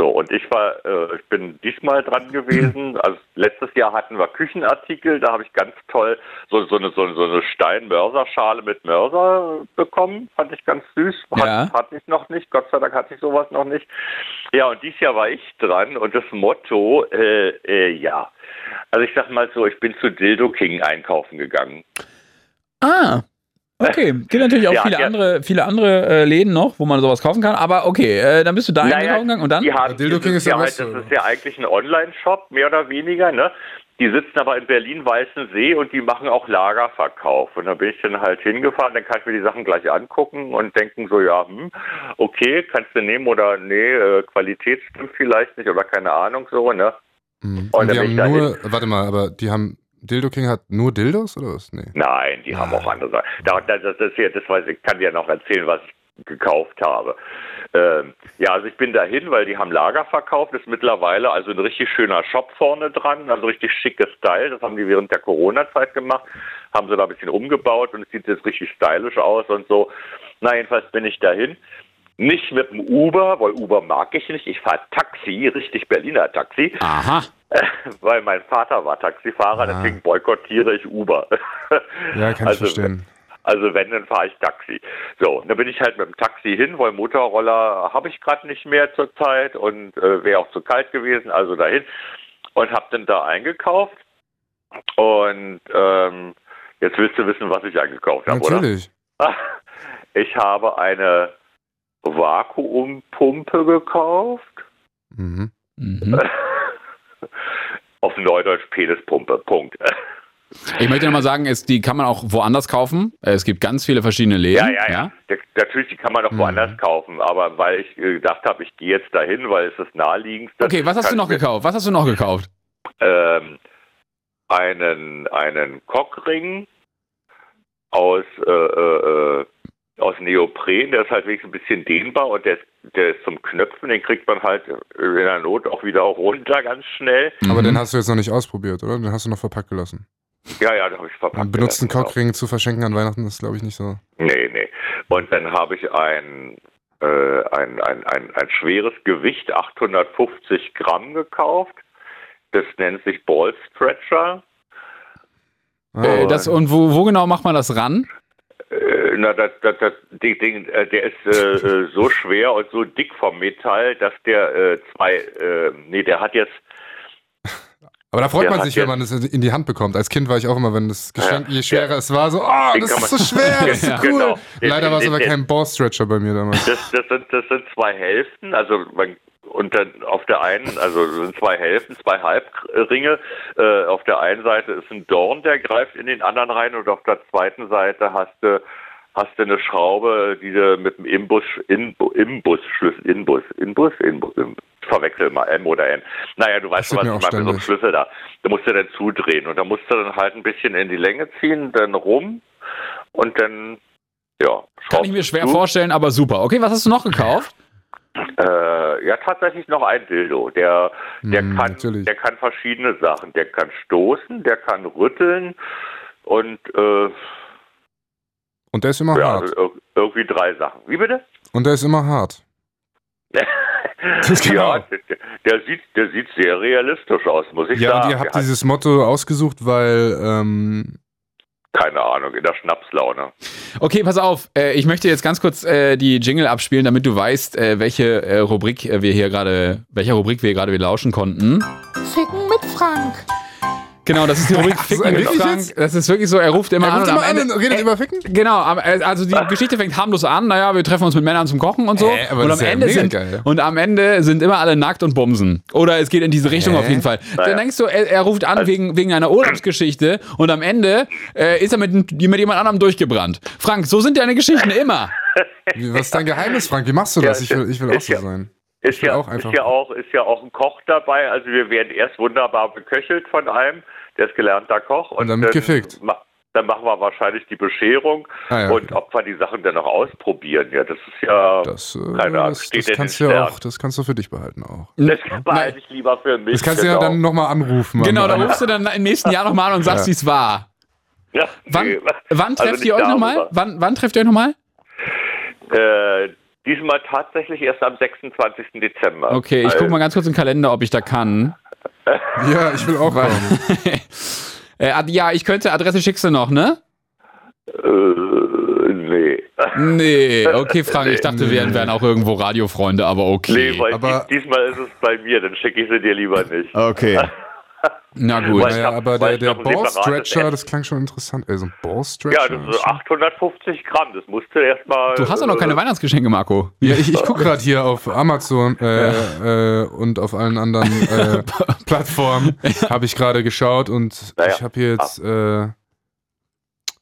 So, und ich war, äh, ich bin diesmal dran gewesen. Also letztes Jahr hatten wir Küchenartikel, da habe ich ganz toll so, so eine, so, eine- so eine Steinmörserschale mit Mörser bekommen. Fand ich ganz süß. Hat,
Ja.
hatte ich noch nicht, Gott sei Dank hatte ich sowas noch nicht. Ja, und dieses Jahr war ich dran und das Motto, äh, äh, ja. Also ich sag mal so, ich bin zu Dildo King einkaufen gegangen.
Ah. Okay, gibt natürlich auch
Äh, Ja,
viele
ja.
andere, viele andere äh, Läden noch, wo man sowas kaufen kann. Aber okay, äh, dann bist du da einkaufen gegangen und dann?
Die haben,
Dildo
Dildo
King ist der
ja halt,
Beste,
das
oder?
ist ja eigentlich ein Online-Shop, mehr oder weniger, ne? Die sitzen aber in Berlin-Weißensee und die machen auch Lagerverkauf. Und da bin ich dann halt hingefahren, dann kann ich mir die Sachen gleich angucken und denken so, ja, hm, okay, kannst du nehmen oder nee, äh, Qualität stimmt vielleicht nicht oder keine Ahnung so, ne?
Mhm.
Und
Und die
dann bin ich
haben
da
nur, warte mal, aber die haben, Dildo King hat nur Dildos oder was? Nee.
Nein, die haben auch andere Sachen. Da, da- das, das, hier, das weiß ich, kann dir noch erzählen, was ich gekauft habe. Ähm, ja, also ich bin dahin, weil die haben Lager verkauft, ist mittlerweile also ein richtig schöner Shop vorne dran, also richtig schickes Style, das haben die während der Corona-Zeit gemacht, haben sie da ein bisschen umgebaut und es sieht jetzt richtig stylisch aus und so. Na, jedenfalls bin ich dahin. Nicht mit dem Uber, weil Uber mag ich nicht. Ich fahre Taxi, richtig Berliner Taxi.
Aha.
Äh, Weil mein Vater war Taxifahrer, deswegen boykottiere ich Uber.
Ah. Ja, kann
Also,
ich verstehen.
Also wenn, dann fahre ich Taxi. So, und dann bin ich halt mit dem Taxi hin, weil Motorroller habe ich gerade nicht mehr zur Zeit und äh, wäre auch zu kalt gewesen, also dahin. Und habe dann da eingekauft. Und ähm, jetzt willst du wissen, was ich eingekauft habe, oder?
Natürlich.
Ich habe eine Vakuumpumpe gekauft.
Mhm.
Mhm.
Auf Neudeutsch Penispumpe, Punkt.
Ich möchte nochmal sagen, es, die kann man auch woanders kaufen. Äh, Es gibt ganz viele verschiedene Läden.
Ja, ja, ja. Der- Natürlich, die kann man auch
Mhm.
woanders kaufen, aber weil ich äh, gedacht habe, ich gehe jetzt dahin, weil es das naheliegendste.
Okay, was hast
kann
du noch
ich mir-
gekauft? Was hast du noch gekauft?
Ähm, einen, einen Cockring aus, äh, äh, äh, aus Neopren, der ist halt wenigstens ein bisschen dehnbar und der ist, der ist zum Knöpfen, den kriegt man halt in der Not auch wieder runter ganz schnell.
Mhm.
Aber den hast du jetzt noch nicht ausprobiert, oder? Den hast du noch verpackt gelassen.
Ja, ja, da habe ich verpackt.
Einen benutzten
gelassen, genau.
Cockring zu verschenken an Weihnachten ist, glaube ich, nicht so.
Nee, nee. Und dann habe ich ein, äh, ein, ein, ein, ein schweres Gewicht, 850 Gramm gekauft. Das nennt sich Ball Stretcher.
Oh.
Äh, das, und wo, wo genau macht man das ran?
Äh, na, das, das, das die Ding, äh, der ist äh, äh, so schwer und so dick vom Metall, dass der äh, zwei, äh, nee, der hat jetzt,
Aber da freut
Der
man
hat
sich, wenn
jetzt-
man es in die Hand bekommt. Als Kind war ich auch immer, wenn das Geschenk, je schwerer es war, so, oh,
Den
das
kann
ist so
man-
schwer, das
Ja,
ist cool.
genau.
Leider war es
Den-
aber
den-
kein Ball-Stretcher bei mir damals.
das, das, sind, das sind zwei Hälften, also man, und dann auf der einen, also es sind zwei Hälften, zwei Halbringe. Äh, auf der einen Seite ist ein Dorn, der greift in den anderen rein und auf der zweiten Seite hast du hast du eine Schraube, die du mit dem Imbus, Imbu- Imbusschlüssel, Inbus, Inbus, Inbus, Inbus, ich verwechsel mal M oder N. Naja, du weißt
Das
schon, was
wird
ich
mir
meine,
auch
mit so einem
ständig.
Schlüssel da. Da musst du dann zudrehen und da musst du dann halt ein bisschen in die Länge ziehen, dann rum und dann, ja,
Kann
schraubst
ich mir schwer
du.
vorstellen, aber super. Okay, was hast du noch gekauft?
Äh, ja, tatsächlich noch ein Dildo. Der, der,
Hm,
kann,
natürlich.
der kann verschiedene Sachen. Der kann stoßen, der kann rütteln und äh,
Und der ist immer
ja,
hart.
ir- irgendwie drei Sachen. Wie bitte?
Und der ist immer hart. Das kann
ja,
auch.
der, der, sieht, der sieht sehr realistisch aus, muss ich
Ja,
sagen.
und ihr habt
Der hat-
dieses Motto ausgesucht, weil ähm,
Keine Ahnung, in der Schnapslaune.
Okay, pass auf. Äh, ich möchte jetzt ganz kurz äh, die Jingle abspielen, damit du weißt, äh, welche äh, Rubrik äh, wir hier gerade, welcher Rubrik wir gerade lauschen konnten.
Ficken mit Frank.
Genau, das ist die Rubrik
Was,
Ficken mit
wirklich
Frank.
jetzt?
Das ist wirklich so, er ruft immer
Er
an.
ruft
und
immer
am
an
Ende-
und redet
äh,
über Ficken? Ah.
Genau, am- äh, also die Geschichte fängt harmlos an. Naja, wir treffen uns mit Männern zum Kochen und so.
Hä, aber
und,
das
am
ist ja
Ende
mega
sind,
geil.
und am Ende sind immer alle nackt und bumsen. Oder es geht in diese Richtung
Hä?
auf jeden Fall.
Naja. Also
Dann denkst du, er, er ruft an wegen, wegen einer Urlaubsgeschichte und am Ende äh, ist er mit, mit jemand anderem durchgebrannt. Frank, so sind deine Geschichten immer.
Wie- Was ist dein Geheimnis, Frank? Wie machst du
Ja,
das? Ich will, ich will auch
ist
so
ja-
sein.
Ist
will
ja,
auch einfach-
ist, ja auch, ist ja auch ein Koch dabei. Also wir werden erst wunderbar beköchelt von einem, der ist gelernter Koch. Und,
dann
dann
wird gefickt.
ma- Dann machen wir wahrscheinlich die Bescherung
Ah, ja,
und
okay.
ob wir die Sachen dann noch ausprobieren. Ja, das ist ja
Das, äh,
keine Ahnung.
das,
steht
das
in den
kannst du ja
Sternen.
auch, das kannst du für dich behalten auch.
Das behalte ich lieber für mich.
Das kannst du ja
genau.
dann nochmal anrufen.
Genau, da
Am-
rufst du dann im nächsten Jahr nochmal an und sagst,
Ja.
wie es war.
Ja,
Wann,
nee.
wann
Also
trefft
nicht
ihr euch
darüber.
nochmal? Wann, wann trefft ihr euch nochmal?
Äh, diesmal tatsächlich erst am 26. Dezember.
Okay, ich guck mal ganz kurz im Kalender, ob ich da kann.
Ja, ich will auch kommen.
Äh, ad- ja, ich könnte, Adresse schickst du noch, ne?
Äh, nee.
Nee, okay, Frank, ich dachte, wir wären auch irgendwo Radiofreunde, aber okay.
Nee, weil
aber-
dies- diesmal ist es bei mir, dann schicke ich sie dir lieber nicht.
okay. Na gut.
Weil-
Naja,
hab- weil
aber der,
ich
der
noch ein separates
Ball-Stretcher,
Ad-
das klang schon interessant. Ey, so ein Ball-Stretcher?
Ja, das ist 850 Gramm, das musste erstmal. äh,
Du hast doch noch keine Weihnachtsgeschenke, Marco.
Ja, ich, ich gucke gerade hier auf Amazon äh, äh, und auf allen anderen äh, Plattformen habe ich gerade geschaut und
Naja.
ich habe hier jetzt äh,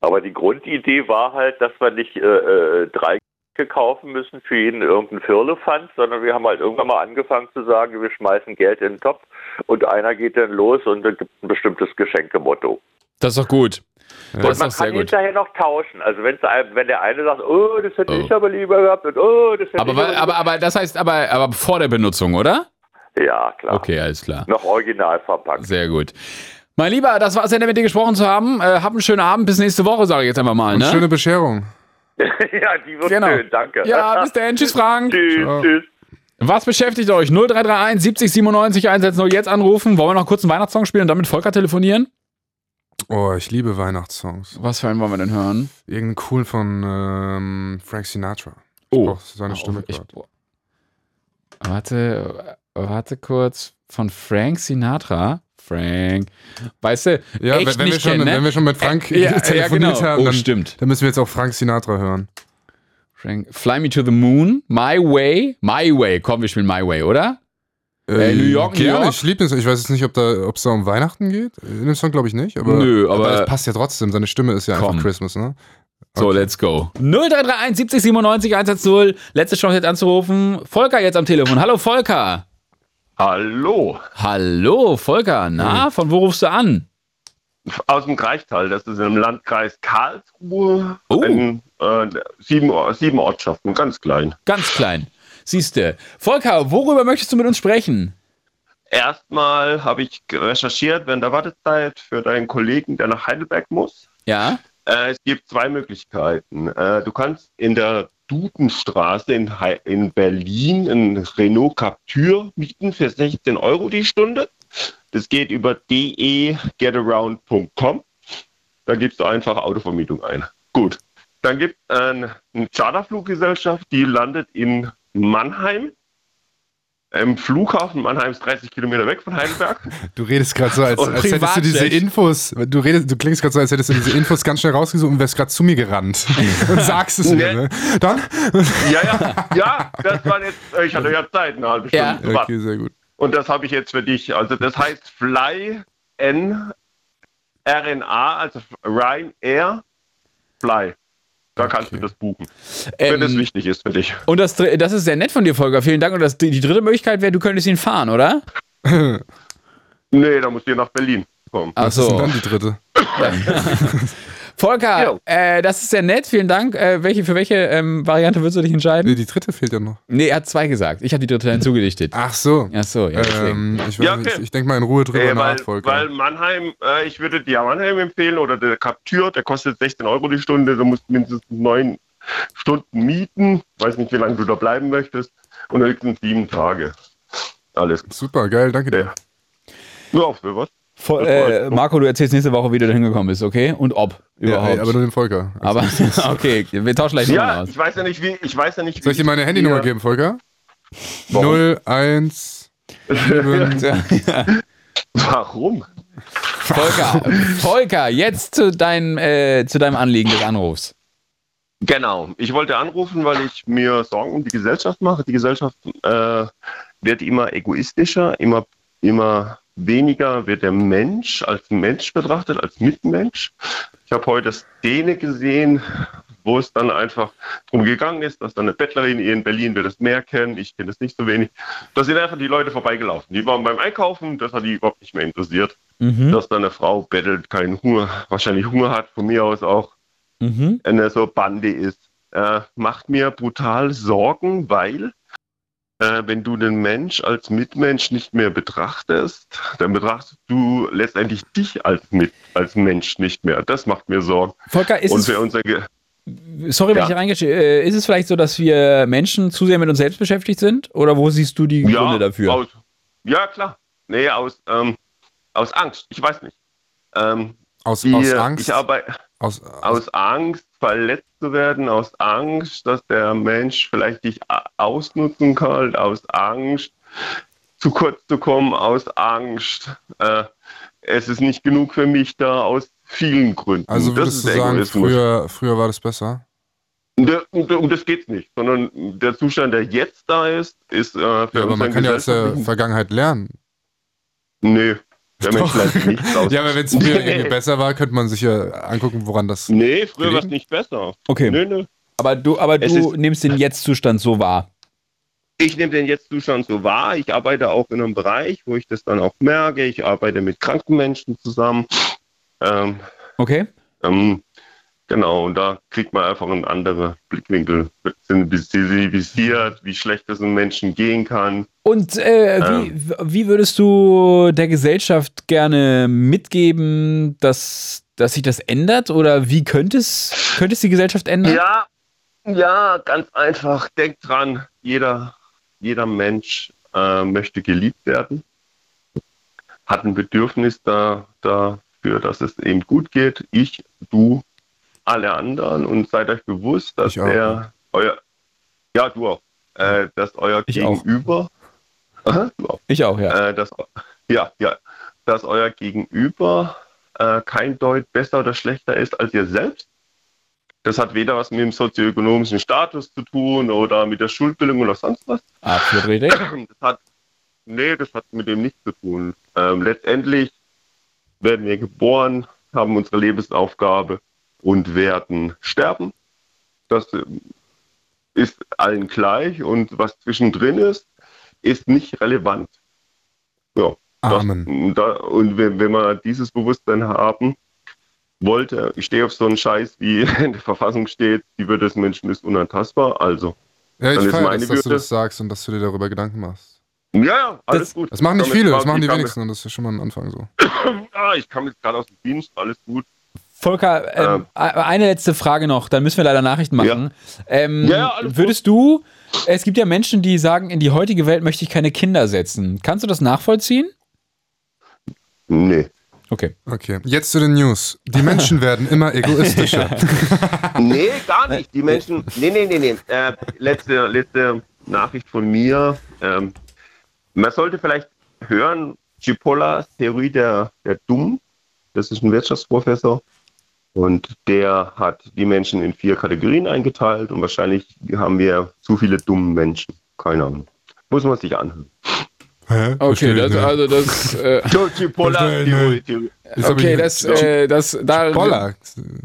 Aber die Grundidee war halt, dass wir nicht äh, äh, drei Geschenke kaufen müssen für jeden irgendeinen Firlefanz, sondern wir haben halt irgendwann mal angefangen zu sagen, wir schmeißen Geld in den Topf und einer geht dann los und dann gibt ein bestimmtes Geschenkemotto.
Das ist doch gut.
Und
Das ist
man
doch
kann
sehr gut.
hinterher noch tauschen. Also wenn's einem, wenn der eine sagt, oh, das hätte
Oh.
ich aber lieber gehabt und oh, das hätte
Aber,
ich
weil-
lieber
aber, aber das heißt, aber, aber vor der Benutzung, oder?
gehabt. Ja, klar.
Okay, alles klar.
Noch original verpackt.
Sehr gut. Mein Lieber, das war's ja nett, mit dir gesprochen zu haben. Äh, hab einen schönen Abend, bis nächste Woche, sage ich jetzt einfach mal,
eine schöne
ne?
Bescherung.
ja, die wird
Genau.
schön, danke.
Ja, bis dann, tschüss Frank.
tschüss,
Ciao.
tschüss.
Was beschäftigt euch? 0331 70 97 110 jetzt anrufen. Wollen wir noch kurz einen Weihnachtssong spielen und damit Volker telefonieren?
Oh, ich liebe Weihnachtssongs.
Was für einen wollen wir denn hören?
Irgendeinen coolen von ähm, Frank Sinatra. Ich
Oh.
brauch seine Stimme
ich,
grad.
warte, äh, warte kurz. Von Frank Sinatra. Frank. Weißt du,
Ja,
echt
wenn, wenn,
nicht
wir schon,
kennen, ne?
wenn wir schon mit Frank
Äh, ja, ja,
telefoniert
genau.
haben,
Oh,
dann,
stimmt.
dann müssen wir jetzt auch Frank Sinatra hören.
Frank, Fly Me to the Moon, My Way, My Way. Komm, wir spielen My Way, oder? Äh, New York, New
gerne.
York.
Ich liebe den Song. Ich weiß jetzt nicht, ob da, ob's da um Weihnachten geht. In dem Song glaube ich nicht. Aber,
Nö, aber-
es passt ja trotzdem. Seine Stimme ist ja
Komm.
einfach Christmas, ne?
So, let's go. 0331 70 97 110. Letzte Chance jetzt anzurufen. Volker jetzt am Telefon. Hallo, Volker.
Hallo,
Hallo, Volker. Na, von wo rufst du an?
aus dem Greiftal. Das ist im Landkreis Karlsruhe.
Oh.
In, äh, sieben, Or- sieben Ortschaften, ganz klein.
Ganz klein. Siehste. Volker, worüber möchtest du mit uns sprechen?
Erstmal habe ich recherchiert während der Wartezeit für deinen Kollegen, der nach Heidelberg muss.
Ja?
Äh, es gibt zwei Möglichkeiten. Äh, du kannst in der Dudenstraße in, Hei- in Berlin ein Renault Captur mieten für 16 Euro die Stunde. Das geht über degetaround.com. Da gibst du einfach Autovermietung ein. Gut. Dann gibt es ein, eine Charterfluggesellschaft, die landet in Mannheim. Im Flughafen Mannheim ist 30 Kilometer weg von Heidelberg.
Du redest gerade so, als,
Und
als hättest du
Privatjet.
diese Infos. Du, redest, du klingst gerade so, als hättest du diese Infos ganz schnell rausgesucht und wärst gerade zu mir gerannt. und sagst es mir,
Nee.
ne? Dann?
ja, ja, ja, das war jetzt, äh, ich hatte ja Zeit, eine halbe Stunde
Ja.
zu warten.
Okay, sehr gut.
Und das habe ich jetzt für dich. Also das heißt Fly N RNA, also Ryanair Fly. Da kannst du das buchen, wenn das
Ähm,
wichtig ist für dich.
und das, dr- das ist sehr nett von dir, Volker. Vielen Dank. Und das, die die dritte Möglichkeit wäre, du könntest ihn fahren, oder?
Nee, da musst du nach Berlin kommen.
Ach
Was ist denn
so.
dann die dritte?
Volker, äh, das ist sehr nett. Vielen Dank. Äh, welche, für welche ähm, Variante würdest du dich entscheiden?
Nee, die dritte fehlt ja noch.
Nee, er hat zwei gesagt. Ich habe die dritte hinzugedichtet.
Ach so.
Ach so, ja. deswegen.
ähm, ich weiß
Ja,
nicht,
okay.
ich, ich denke mal in Ruhe drüber
Äh, weil,
nach, Volker.
weil Mannheim, äh, ich würde dir Mannheim empfehlen oder der Captur, der kostet 16 Euro die Stunde, du musst mindestens neun Stunden mieten, weiß nicht, wie lange du da bleiben möchtest und höchstens sieben Tage. Alles
Super, geil, danke dir.
Ja. Ja, für was?
Vo- äh, Marco, du erzählst nächste Woche, wie du da hingekommen bist, okay? Und ob überhaupt.
ey, aber nur dem Volker. Also,
Aber okay, wir tauschen gleich nochmal
Ja,
aus.
ich weiß ja nicht, wie. Ich weiß ja nicht, wie
Soll ich dir meine
hier-
Handynummer geben, Volker?
Warum?
01.
Warum?
Volker, Volker, jetzt zu deinem, äh, zu deinem Anliegen des Anrufs.
Genau. Ich wollte anrufen, weil ich mir Sorgen um die Gesellschaft mache. Die Gesellschaft äh, wird immer egoistischer, immer, immer weniger wird der Mensch als Mensch betrachtet, als Mitmensch. Ich habe heute Szene gesehen, wo es dann einfach drum gegangen ist, dass dann eine Bettlerin hier in Berlin wird das mehr kennen, ich kenne das nicht so wenig. Da sind einfach die Leute vorbeigelaufen. Die waren beim Einkaufen, das hat die überhaupt nicht mehr interessiert. Dass da eine Frau bettelt, keinen Hunger, wahrscheinlich Hunger hat, von mir aus auch
Mhm.
eine so Bande ist, äh, macht mir brutal Sorgen, weil äh, wenn du den Mensch als Mitmensch nicht mehr betrachtest, dann betrachtest du letztendlich dich als, mit, als Mensch nicht mehr. Das macht mir Sorgen.
Volker, ist
Und
es-
für unser Ge
Sorry, wenn
Ja.
ich reingeschrieben äh, Ist es vielleicht so, dass wir Menschen zu sehr mit uns selbst beschäftigt sind? Oder wo siehst du die Gründe dafür?
Aus, ja, klar. Nee, aus, ähm, aus Angst. Ich weiß nicht. Ähm,
aus,
aus Angst?
Ich arbeite,
aus,
Angst, verletzt zu werden, aus Angst, dass der Mensch vielleicht dich a- ausnutzen kann, aus Angst, zu kurz zu kommen, aus Angst, äh, es ist nicht genug für mich da, aus vielen Gründen.
Also
Das
würdest
ist
du
der
sagen,
Egoismus.
früher, früher war das besser?
Und der- und- und das geht's nicht, sondern der Zustand, der jetzt da ist, ist äh, für
Ja, aber man
unseren
kann ja aus der
gesellschaftlichen-
Vergangenheit lernen.
Nö, der Mensch lernt nichts aus.
Ja, aber wenn es früher irgendwie
Nee.
besser war, könnte man sich ja angucken, woran das.
Nee, früher war es nicht besser.
Okay.
Nö, nö.
Aber du, aber
Es
du
ist-
nimmst den Jetzt-Zustand so wahr.
Ich nehme den jetzt Zustand so wahr. Ich arbeite auch in einem Bereich, wo ich das dann auch merke. Ich arbeite mit kranken Menschen zusammen. Ähm,
okay.
Ähm, genau, und da kriegt man einfach einen anderen Blickwinkel. Sind sensibilisiert, wie schlecht es einem Menschen gehen kann.
Und äh, wie, wie würdest du der Gesellschaft gerne mitgeben, dass, dass sich das ändert? Oder wie könnte es, könnte es die Gesellschaft ändern?
Ja, ja, ganz einfach. Denkt dran, jeder, jeder Mensch äh, möchte geliebt werden, hat ein Bedürfnis da, dafür, dass es ihm gut geht. Ich, du, alle anderen und seid euch bewusst, dass der euer, ja, du auch, äh, dass euer Gegenüber, Aha, du auch.
ich auch, ja,
äh, dass, ja, ja, dass euer Gegenüber äh, kein Deut besser oder schlechter ist als ihr selbst. Das hat weder was mit dem sozioökonomischen Status zu tun oder mit der Schulbildung oder sonst was.
Absolut richtig.
Das hat, nee, das hat mit dem nichts zu tun. Ähm, letztendlich werden wir geboren, haben unsere Lebensaufgabe und werden sterben. Das ähm, ist allen gleich und was zwischendrin ist, ist nicht relevant. Ja. Amen. Da, und wenn, wenn wir dieses Bewusstsein haben, wollte, ich stehe auf so einen Scheiß, wie in der Verfassung steht, die Würde des Menschen ist unantastbar, also.
Ja, ich
dann ist
feiere
meine
das, dass du
Würde-
das sagst und dass du dir darüber Gedanken machst.
Ja, ja, alles
das,
gut.
Das machen nicht
Damit
viele,
war-
das machen
ich
die
kam-
wenigsten und das ist schon mal ein Anfang so.
Ah, ich kam jetzt gerade aus dem Dienst, alles gut.
Volker, ähm, a- eine letzte Frage noch, dann müssen wir leider Nachrichten machen. Ähm,
Ja, ja, alles
würdest du, es gibt ja Menschen, die sagen, in die heutige Welt möchte ich keine Kinder setzen. Kannst du das nachvollziehen?
Nee.
Okay.
Okay, jetzt zu den News. Die Menschen werden immer egoistischer.
Nee, gar nicht. Die Menschen. Nee, nee, nee, nee. Äh, letzte, letzte Nachricht von mir. Ähm, man sollte vielleicht hören, Chipollas Theorie der, der Dummen. Das ist ein Wirtschaftsprofessor. Und der hat die Menschen in vier Kategorien eingeteilt. Und wahrscheinlich haben wir zu viele dumme Menschen. Keine Ahnung. Muss man sich anhören.
Hä?
Okay,
Verstehe ich
das,
nicht.
also das. Äh,
Chipolla, Theorie, Theorie. Ist aber
Okay,
nicht-
das, äh, das, da,
Chipolla.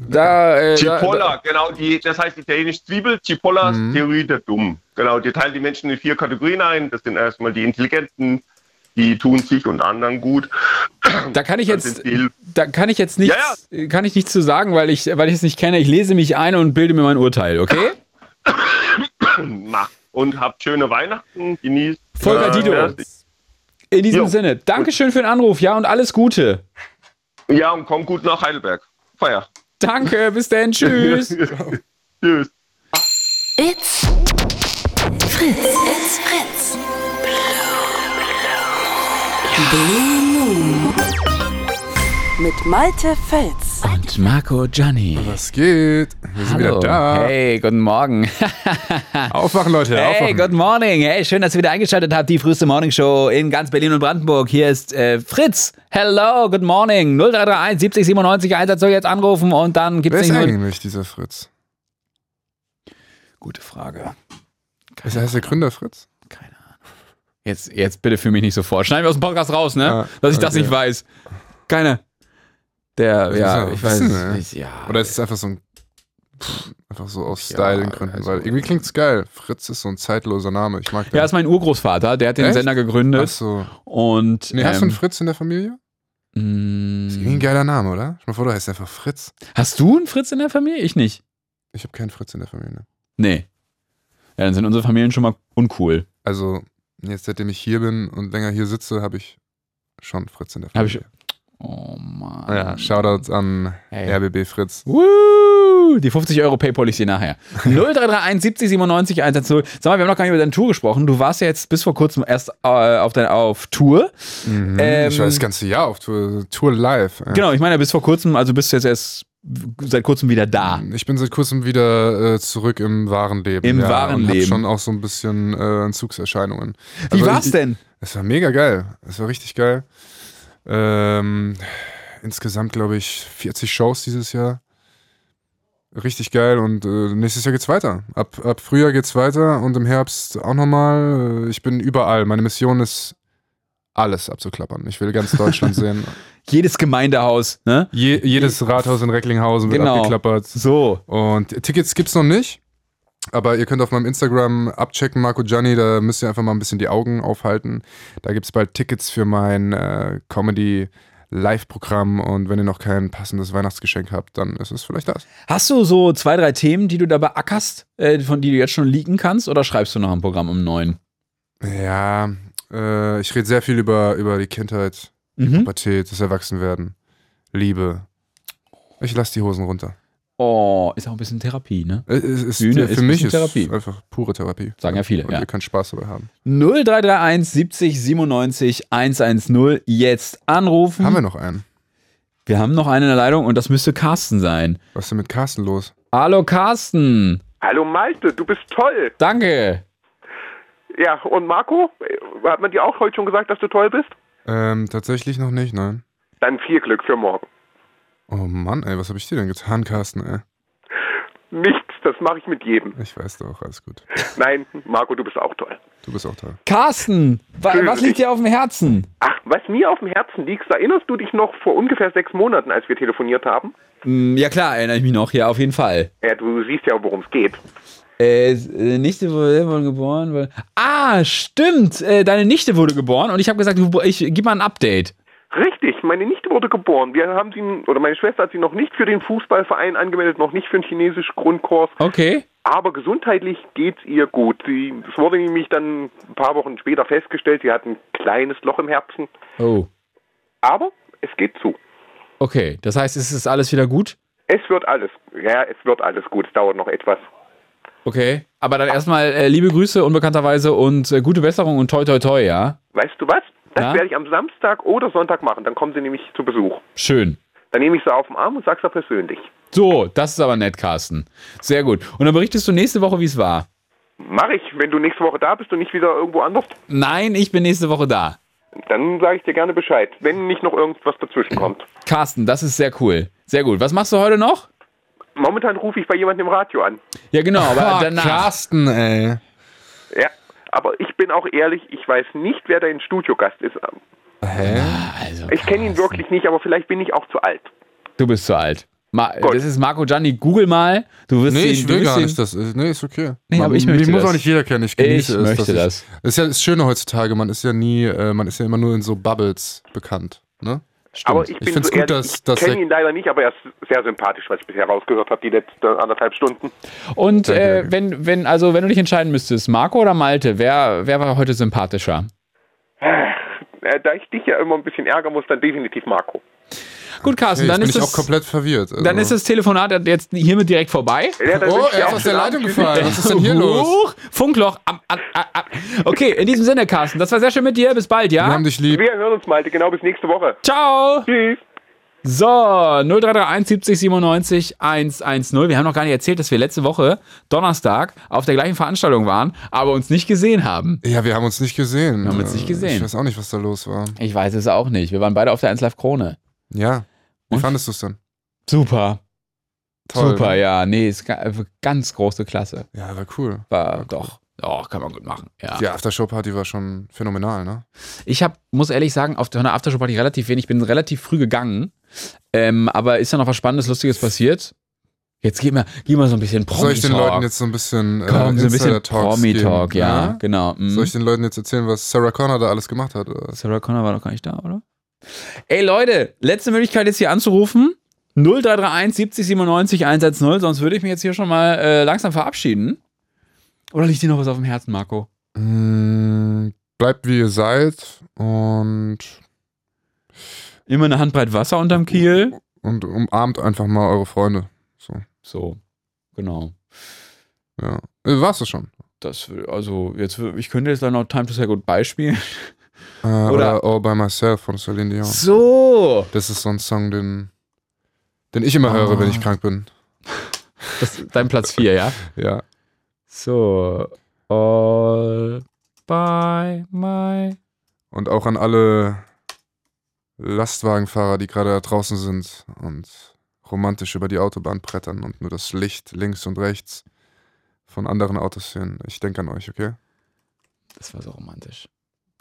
da, äh,
Chipolla,
da,
genau, die, das heißt italienisch Zwiebel, Chipollas
Mhm.
Theorie der Dummen. Genau, die teilen die Menschen in vier Kategorien ein. Das sind erstmal die Intelligenten, die tun sich und anderen gut.
Da kann ich
Dann
jetzt,
sind die-
da kann ich jetzt nichts, kann ich nichts zu sagen, weil ich, weil ich es nicht kenne. Ich lese mich ein und bilde mir mein Urteil, okay?
Macht. Und habt schöne Weihnachten, genießt.
Volker Dito. In diesem Sinne, Dankeschön für den Anruf, ja, und alles Gute.
Ja, und komm gut nach Heidelberg. Feier.
Danke, bis dann, tschüss.
tschüss.
It's Fritz. It's Fritz. Blue Moon. Mit Malte Fels.
Und Marco Gianni.
Was geht? Wir sind wieder da.
Hey, guten Morgen.
Aufwachen, Leute.
Hey,
aufwachen.
good morning. Hey, schön, dass ihr wieder eingeschaltet habt. Die früheste Morning Show in ganz Berlin und Brandenburg. Hier ist äh, Fritz. Hello, good morning. 0331 70 97 1 soll jetzt anrufen und dann gibt's
Wer ist
nicht nur-
eigentlich dieser Fritz?
Gute Frage.
Ist heißt der Gründer Fritz?
Jetzt, jetzt bitte für mich nicht sofort. Schneiden wir aus dem Podcast raus, ne?
Ah,
dass ich das
okay.
nicht weiß. Keine. Der,
Das
ja,
muss man
ich weiß
wissen, ne?
nicht. Ja,
Oder ist es einfach so ein. Pff, Einfach so aus Styling-Gründen,
also
weil irgendwie klingt's geil. Fritz ist so ein zeitloser Name. Ich mag den.
Ja, ist mein Urgroßvater, der hat den
Echt?
Sender gegründet.
Ach so.
Und
Nee, hast du
ähm,
einen Fritz in der Familie?
Ist
irgendwie ein geiler Name, oder? Stell mal vor, du heißt einfach Fritz.
hast du einen Fritz in der Familie? Ich nicht.
Ich habe keinen Fritz in der Familie.
Nee. Ja, dann sind unsere Familien schon mal uncool.
Also, jetzt seitdem ich hier bin und länger hier sitze, habe ich schon Fritz in der
Hab ich-
Familie.
Oh Mann.
Ja, Shoutouts an RBB Fritz.
Woo, die 50 Euro Paypal ich dir nachher. 0331 70 97 110. Sag mal, wir haben noch gar nicht über deine Tour gesprochen. Du warst ja jetzt bis vor kurzem erst äh, auf, dein, auf Tour.
Mhm,
Ähm,
ich war das ganze Jahr auf Tour, Tour live. ey.
Genau, ich meine, bis vor kurzem, also bist du jetzt erst seit kurzem wieder da.
Ich bin seit kurzem wieder äh, zurück im wahren Leben.
Im
ja,
wahren
und hab
Leben.
schon auch so ein bisschen äh, Entzugserscheinungen.
Wie
Also
war's
ich-
denn?
Es war mega geil. Es war richtig geil. Ähm, insgesamt, glaube ich, 40 Shows dieses Jahr. Richtig geil und äh, nächstes Jahr geht's weiter. Ab, ab Frühjahr geht's weiter und im Herbst auch nochmal. Äh, Ich bin überall. Meine Mission ist, alles abzuklappern. Ich will ganz Deutschland sehen.
Jedes Gemeindehaus, ne?
Je, jedes Rathaus in Recklinghausen wird
Genau.
abgeklappert.
So.
Und Tickets gibt's noch nicht. Aber ihr könnt auf meinem Instagram abchecken, Marco Gianni, da müsst ihr einfach mal ein bisschen die Augen aufhalten. Da gibt's bald Tickets für mein äh, Comedy-Live-Programm und wenn ihr noch kein passendes Weihnachtsgeschenk habt, dann ist es vielleicht das.
Hast du so zwei, drei Themen, die du da beackerst, äh, von die du jetzt schon leaken kannst, oder schreibst du noch ein Programm um neun?
Ja, äh, ich rede sehr viel über, über die Kindheit, die
Mhm.
Pubertät, das Erwachsenwerden, Liebe. Ich lasse die Hosen runter.
Oh, ist auch ein bisschen Therapie, ne?
Es Äh, es ist,
Bühne
für
ist ein
mich
bisschen
ist
Therapie.
einfach pure Therapie.
Sagen ja viele,
Und
ja.
ihr könnt Spaß dabei haben.
0331 70 97 110. Jetzt anrufen.
Haben wir noch einen?
Wir haben noch einen in der Leitung und das müsste Carsten sein.
Was ist denn mit Carsten los?
Hallo Carsten.
Hallo Malte, du bist toll.
Danke.
Ja, und Marco, hat man dir auch heute schon gesagt, dass du toll bist?
Ähm, tatsächlich noch nicht, nein.
Dann viel Glück für morgen.
Oh Mann, ey, was habe ich dir denn getan, Carsten, ey?
Nichts, das mache ich mit jedem.
Ich weiß doch, alles gut.
Nein, Marco, du bist auch toll.
Du bist auch toll.
Carsten, wa
Grüß
was liegt dir auf dem Herzen?
Ach, was mir auf dem Herzen liegt, erinnerst du dich noch vor ungefähr sechs Monaten, als wir telefoniert haben?
Hm, Ja klar, erinnere ich mich noch. Ja, auf jeden Fall.
Ja, du siehst ja, worum es geht.
Äh, äh, Nichte wurde wurde geboren. Wurde ah, stimmt. Äh, deine Nichte wurde geboren und ich habe gesagt, du- ich gib mal ein Update.
Richtig, meine Nichte wurde geboren. Wir haben sie, oder meine Schwester hat sie noch nicht für den Fußballverein angemeldet, noch nicht für den chinesischen Grundkurs.
Okay.
Aber gesundheitlich geht's ihr gut. Sie, es wurde nämlich dann ein paar Wochen später festgestellt, sie hat ein kleines Loch im Herzen.
Oh,
Aber es geht zu.
okay. Das heißt, es ist alles wieder gut?
Es wird alles. Ja, es wird alles gut. Es dauert noch etwas.
Okay. Aber dann erstmal äh, liebe Grüße unbekannterweise und äh, gute Besserung und toi toi toi, ja?
Weißt du was? Das
Ja?
werde ich am Samstag oder Sonntag machen. Dann kommen sie nämlich zu Besuch.
Schön.
Dann nehme ich sie auf den Arm und sag's ihr persönlich.
So, das ist aber nett, Carsten. Sehr gut. Und dann berichtest du nächste Woche, wie es war.
Mach ich, wenn du nächste Woche da bist und nicht wieder irgendwo anders,
Nein, ich bin nächste Woche da.
dann sage ich dir gerne Bescheid, wenn nicht noch irgendwas dazwischen kommt.
Carsten, das ist sehr cool. Sehr gut. Was machst du heute noch?
Momentan rufe ich bei jemandem im Radio an.
Ja, genau, aber
Ah,
danach.
Carsten, ey.
Ja, aber ich bin auch ehrlich, ich weiß nicht, wer dein Studiogast ist.
Hä?
Ich kenne ihn wirklich nicht, aber vielleicht bin ich auch zu alt.
Du bist zu alt. Ma das ist Marco Gianni. Google mal. Du wirst
Nee,
ihn,
ich
du
will
wirst
gar
ihn-
nicht, das ist, nee, ist okay.
Nee,
Man-
aber ich
mich
möchte
muss
das.
auch nicht jeder kennen, ich genieße
Ich
es.
möchte
dass Ich, ist ja das Schöne heutzutage, man ist ja nie, äh, man ist ja immer nur in so Bubbles bekannt, ne?
Aber ich bin
find's
so
gut,
ehrlich,
dass,
ich
dass
kenne ihn leider nicht, aber er ist sehr sympathisch, was ich bisher rausgehört habe, die letzten anderthalb Stunden.
Und äh, wenn, wenn, also, wenn du dich entscheiden müsstest, Marco oder Malte, wer, wer war heute sympathischer?
Äh, Da ich dich ja immer ein bisschen ärgern muss, dann definitiv Marco.
Gut, Carsten,
Hey,
dann,
jetzt bin
ist
ich
das,
auch komplett verwirrt. Also.
dann ist das Telefonat jetzt hiermit direkt vorbei.
Ja, dann
Oh,
wünsche ich dir
er ist
auch
aus der
schönen
Leitung
Abend.
gefallen. Was ist denn hier los?
Huch, Funkloch. Am, am, am, am. Okay, in diesem Sinne, Carsten, das war sehr schön mit dir. Bis bald, ja?
Wir haben dich lieb.
Wir hören uns, Malte, genau bis nächste Woche.
Ciao.
Tschüss.
So, 0331 70 97 110. Wir haben noch gar nicht erzählt, dass wir letzte Woche Donnerstag auf der gleichen Veranstaltung waren, aber uns nicht gesehen haben.
Ja, wir haben uns nicht gesehen.
Wir haben uns nicht gesehen.
Ich weiß auch nicht, was da los war.
Ich weiß es auch nicht. Wir waren beide auf der 1 Live Krone.
Ja. Wie
Und?
fandest du es dann?
Super.
Toll,
Super,
ne?
ja. Nee, ist ga- äh, ganz große Klasse.
Ja, war cool.
War doch. Ja, kann man gut machen. Ja.
Die Aftershow-Party war schon phänomenal, ne?
Ich hab, muss ehrlich sagen, auf der Aftershow-Party relativ wenig. Ich bin relativ früh gegangen. Ähm, aber ist da noch was Spannendes, Lustiges passiert? Jetzt geh mal, geh mal so ein bisschen Promi-Talk.
Soll ich den Leuten jetzt so ein bisschen äh,
Komm, so ein bisschen
Insider-Talks
Promi-Talk,
geben,
ja,
ne?
genau. mhm.
Soll ich den Leuten jetzt erzählen, was Sarah Connor da alles gemacht hat? Oder?
Sarah Connor war doch gar nicht da, oder? ne? Ey Leute, letzte Möglichkeit jetzt hier anzurufen. 0331 70 97 110, sonst würde ich mich jetzt hier schon mal äh, langsam verabschieden. Oder liegt dir noch was auf dem Herzen, Marco?
Mm, bleibt wie ihr seid und.
Immer eine Handbreit Wasser unterm Kiel.
Und umarmt einfach mal eure Freunde. So.
So, genau.
Ja. Äh, Warst du schon?
Das, will- also, jetzt, will- ich könnte jetzt leider noch Time to Say Goodbye spielen.
Äh,
Oder-
oder, All by Myself von Celine Dion.
So!
Das ist so ein Song, den, den ich
Ah.
immer höre, wenn ich krank bin.
Das ist dein Platz 4, ja?
Ja.
So. All by my.
Und auch an alle Lastwagenfahrer, die gerade da draußen sind und romantisch über die Autobahn brettern und nur das Licht links und rechts von anderen Autos sehen. Ich denke an euch, okay?
Das war so romantisch.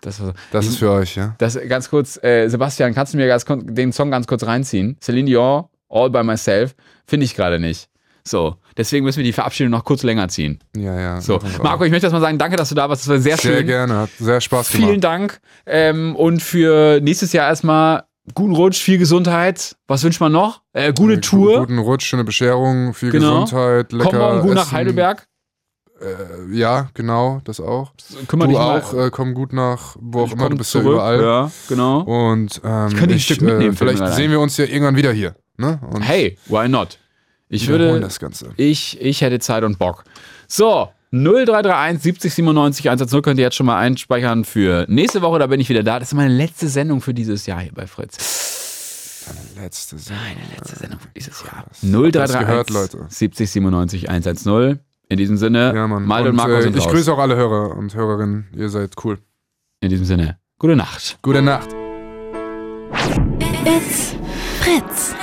Das, war so.
Das ist für euch, ja?
Das ganz kurz, äh, Sebastian, kannst du mir ganz, kurz- den Song ganz kurz reinziehen? Celine Dion, All by Myself, finde ich gerade nicht. So, deswegen müssen wir die Verabschiedung noch kurz länger ziehen.
Ja, ja.
So, Marco, ich möchte erst mal sagen, danke, dass du da warst. Das war sehr,
Sehr
schön.
gerne, hat sehr Spaß gemacht.
Vielen Dank. Ähm, und für nächstes Jahr erstmal guten Rutsch, viel Gesundheit. Was wünscht man noch? Äh, gute
Äh,
Tour.
Guten Rutsch, schöne Bescherung, viel
Genau.
Gesundheit, lecker
Komm morgen gut nach
Essen.
Heidelberg.
Äh, ja, genau, das auch.
kümmer
du
dich mal-
auch, äh, komm gut nach, wo auch immer,
komm
du bist ja
zurück,
überall.
ja, genau.
Und ähm,
Ich könnte ein Stück mitnehmen, fällt mir
vielleicht
gerade
sehen
ein.
wir uns ja irgendwann wieder hier. Ne? Und
Hey, why not? Ich
wiederholen
würde.
das Ganze.
Ich, ich hätte Zeit und Bock. So, 0331 70 97 110 könnt ihr jetzt schon mal einspeichern für nächste Woche. Da bin ich wieder da. Das ist meine letzte Sendung für dieses Jahr hier bei Fritz.
Letzte Sendung.
Meine letzte Sendung für dieses Jahr.
Habt ihr das gehört,
0331
Leute?
70 97 110. In diesem Sinne, ja, Malte und,
Und,
Marco
äh,
sind
ich
raus.
grüße auch alle Hörer und Hörerinnen. Ihr seid cool.
In diesem Sinne, gute Nacht.
Gute Nacht.
It's Fritz.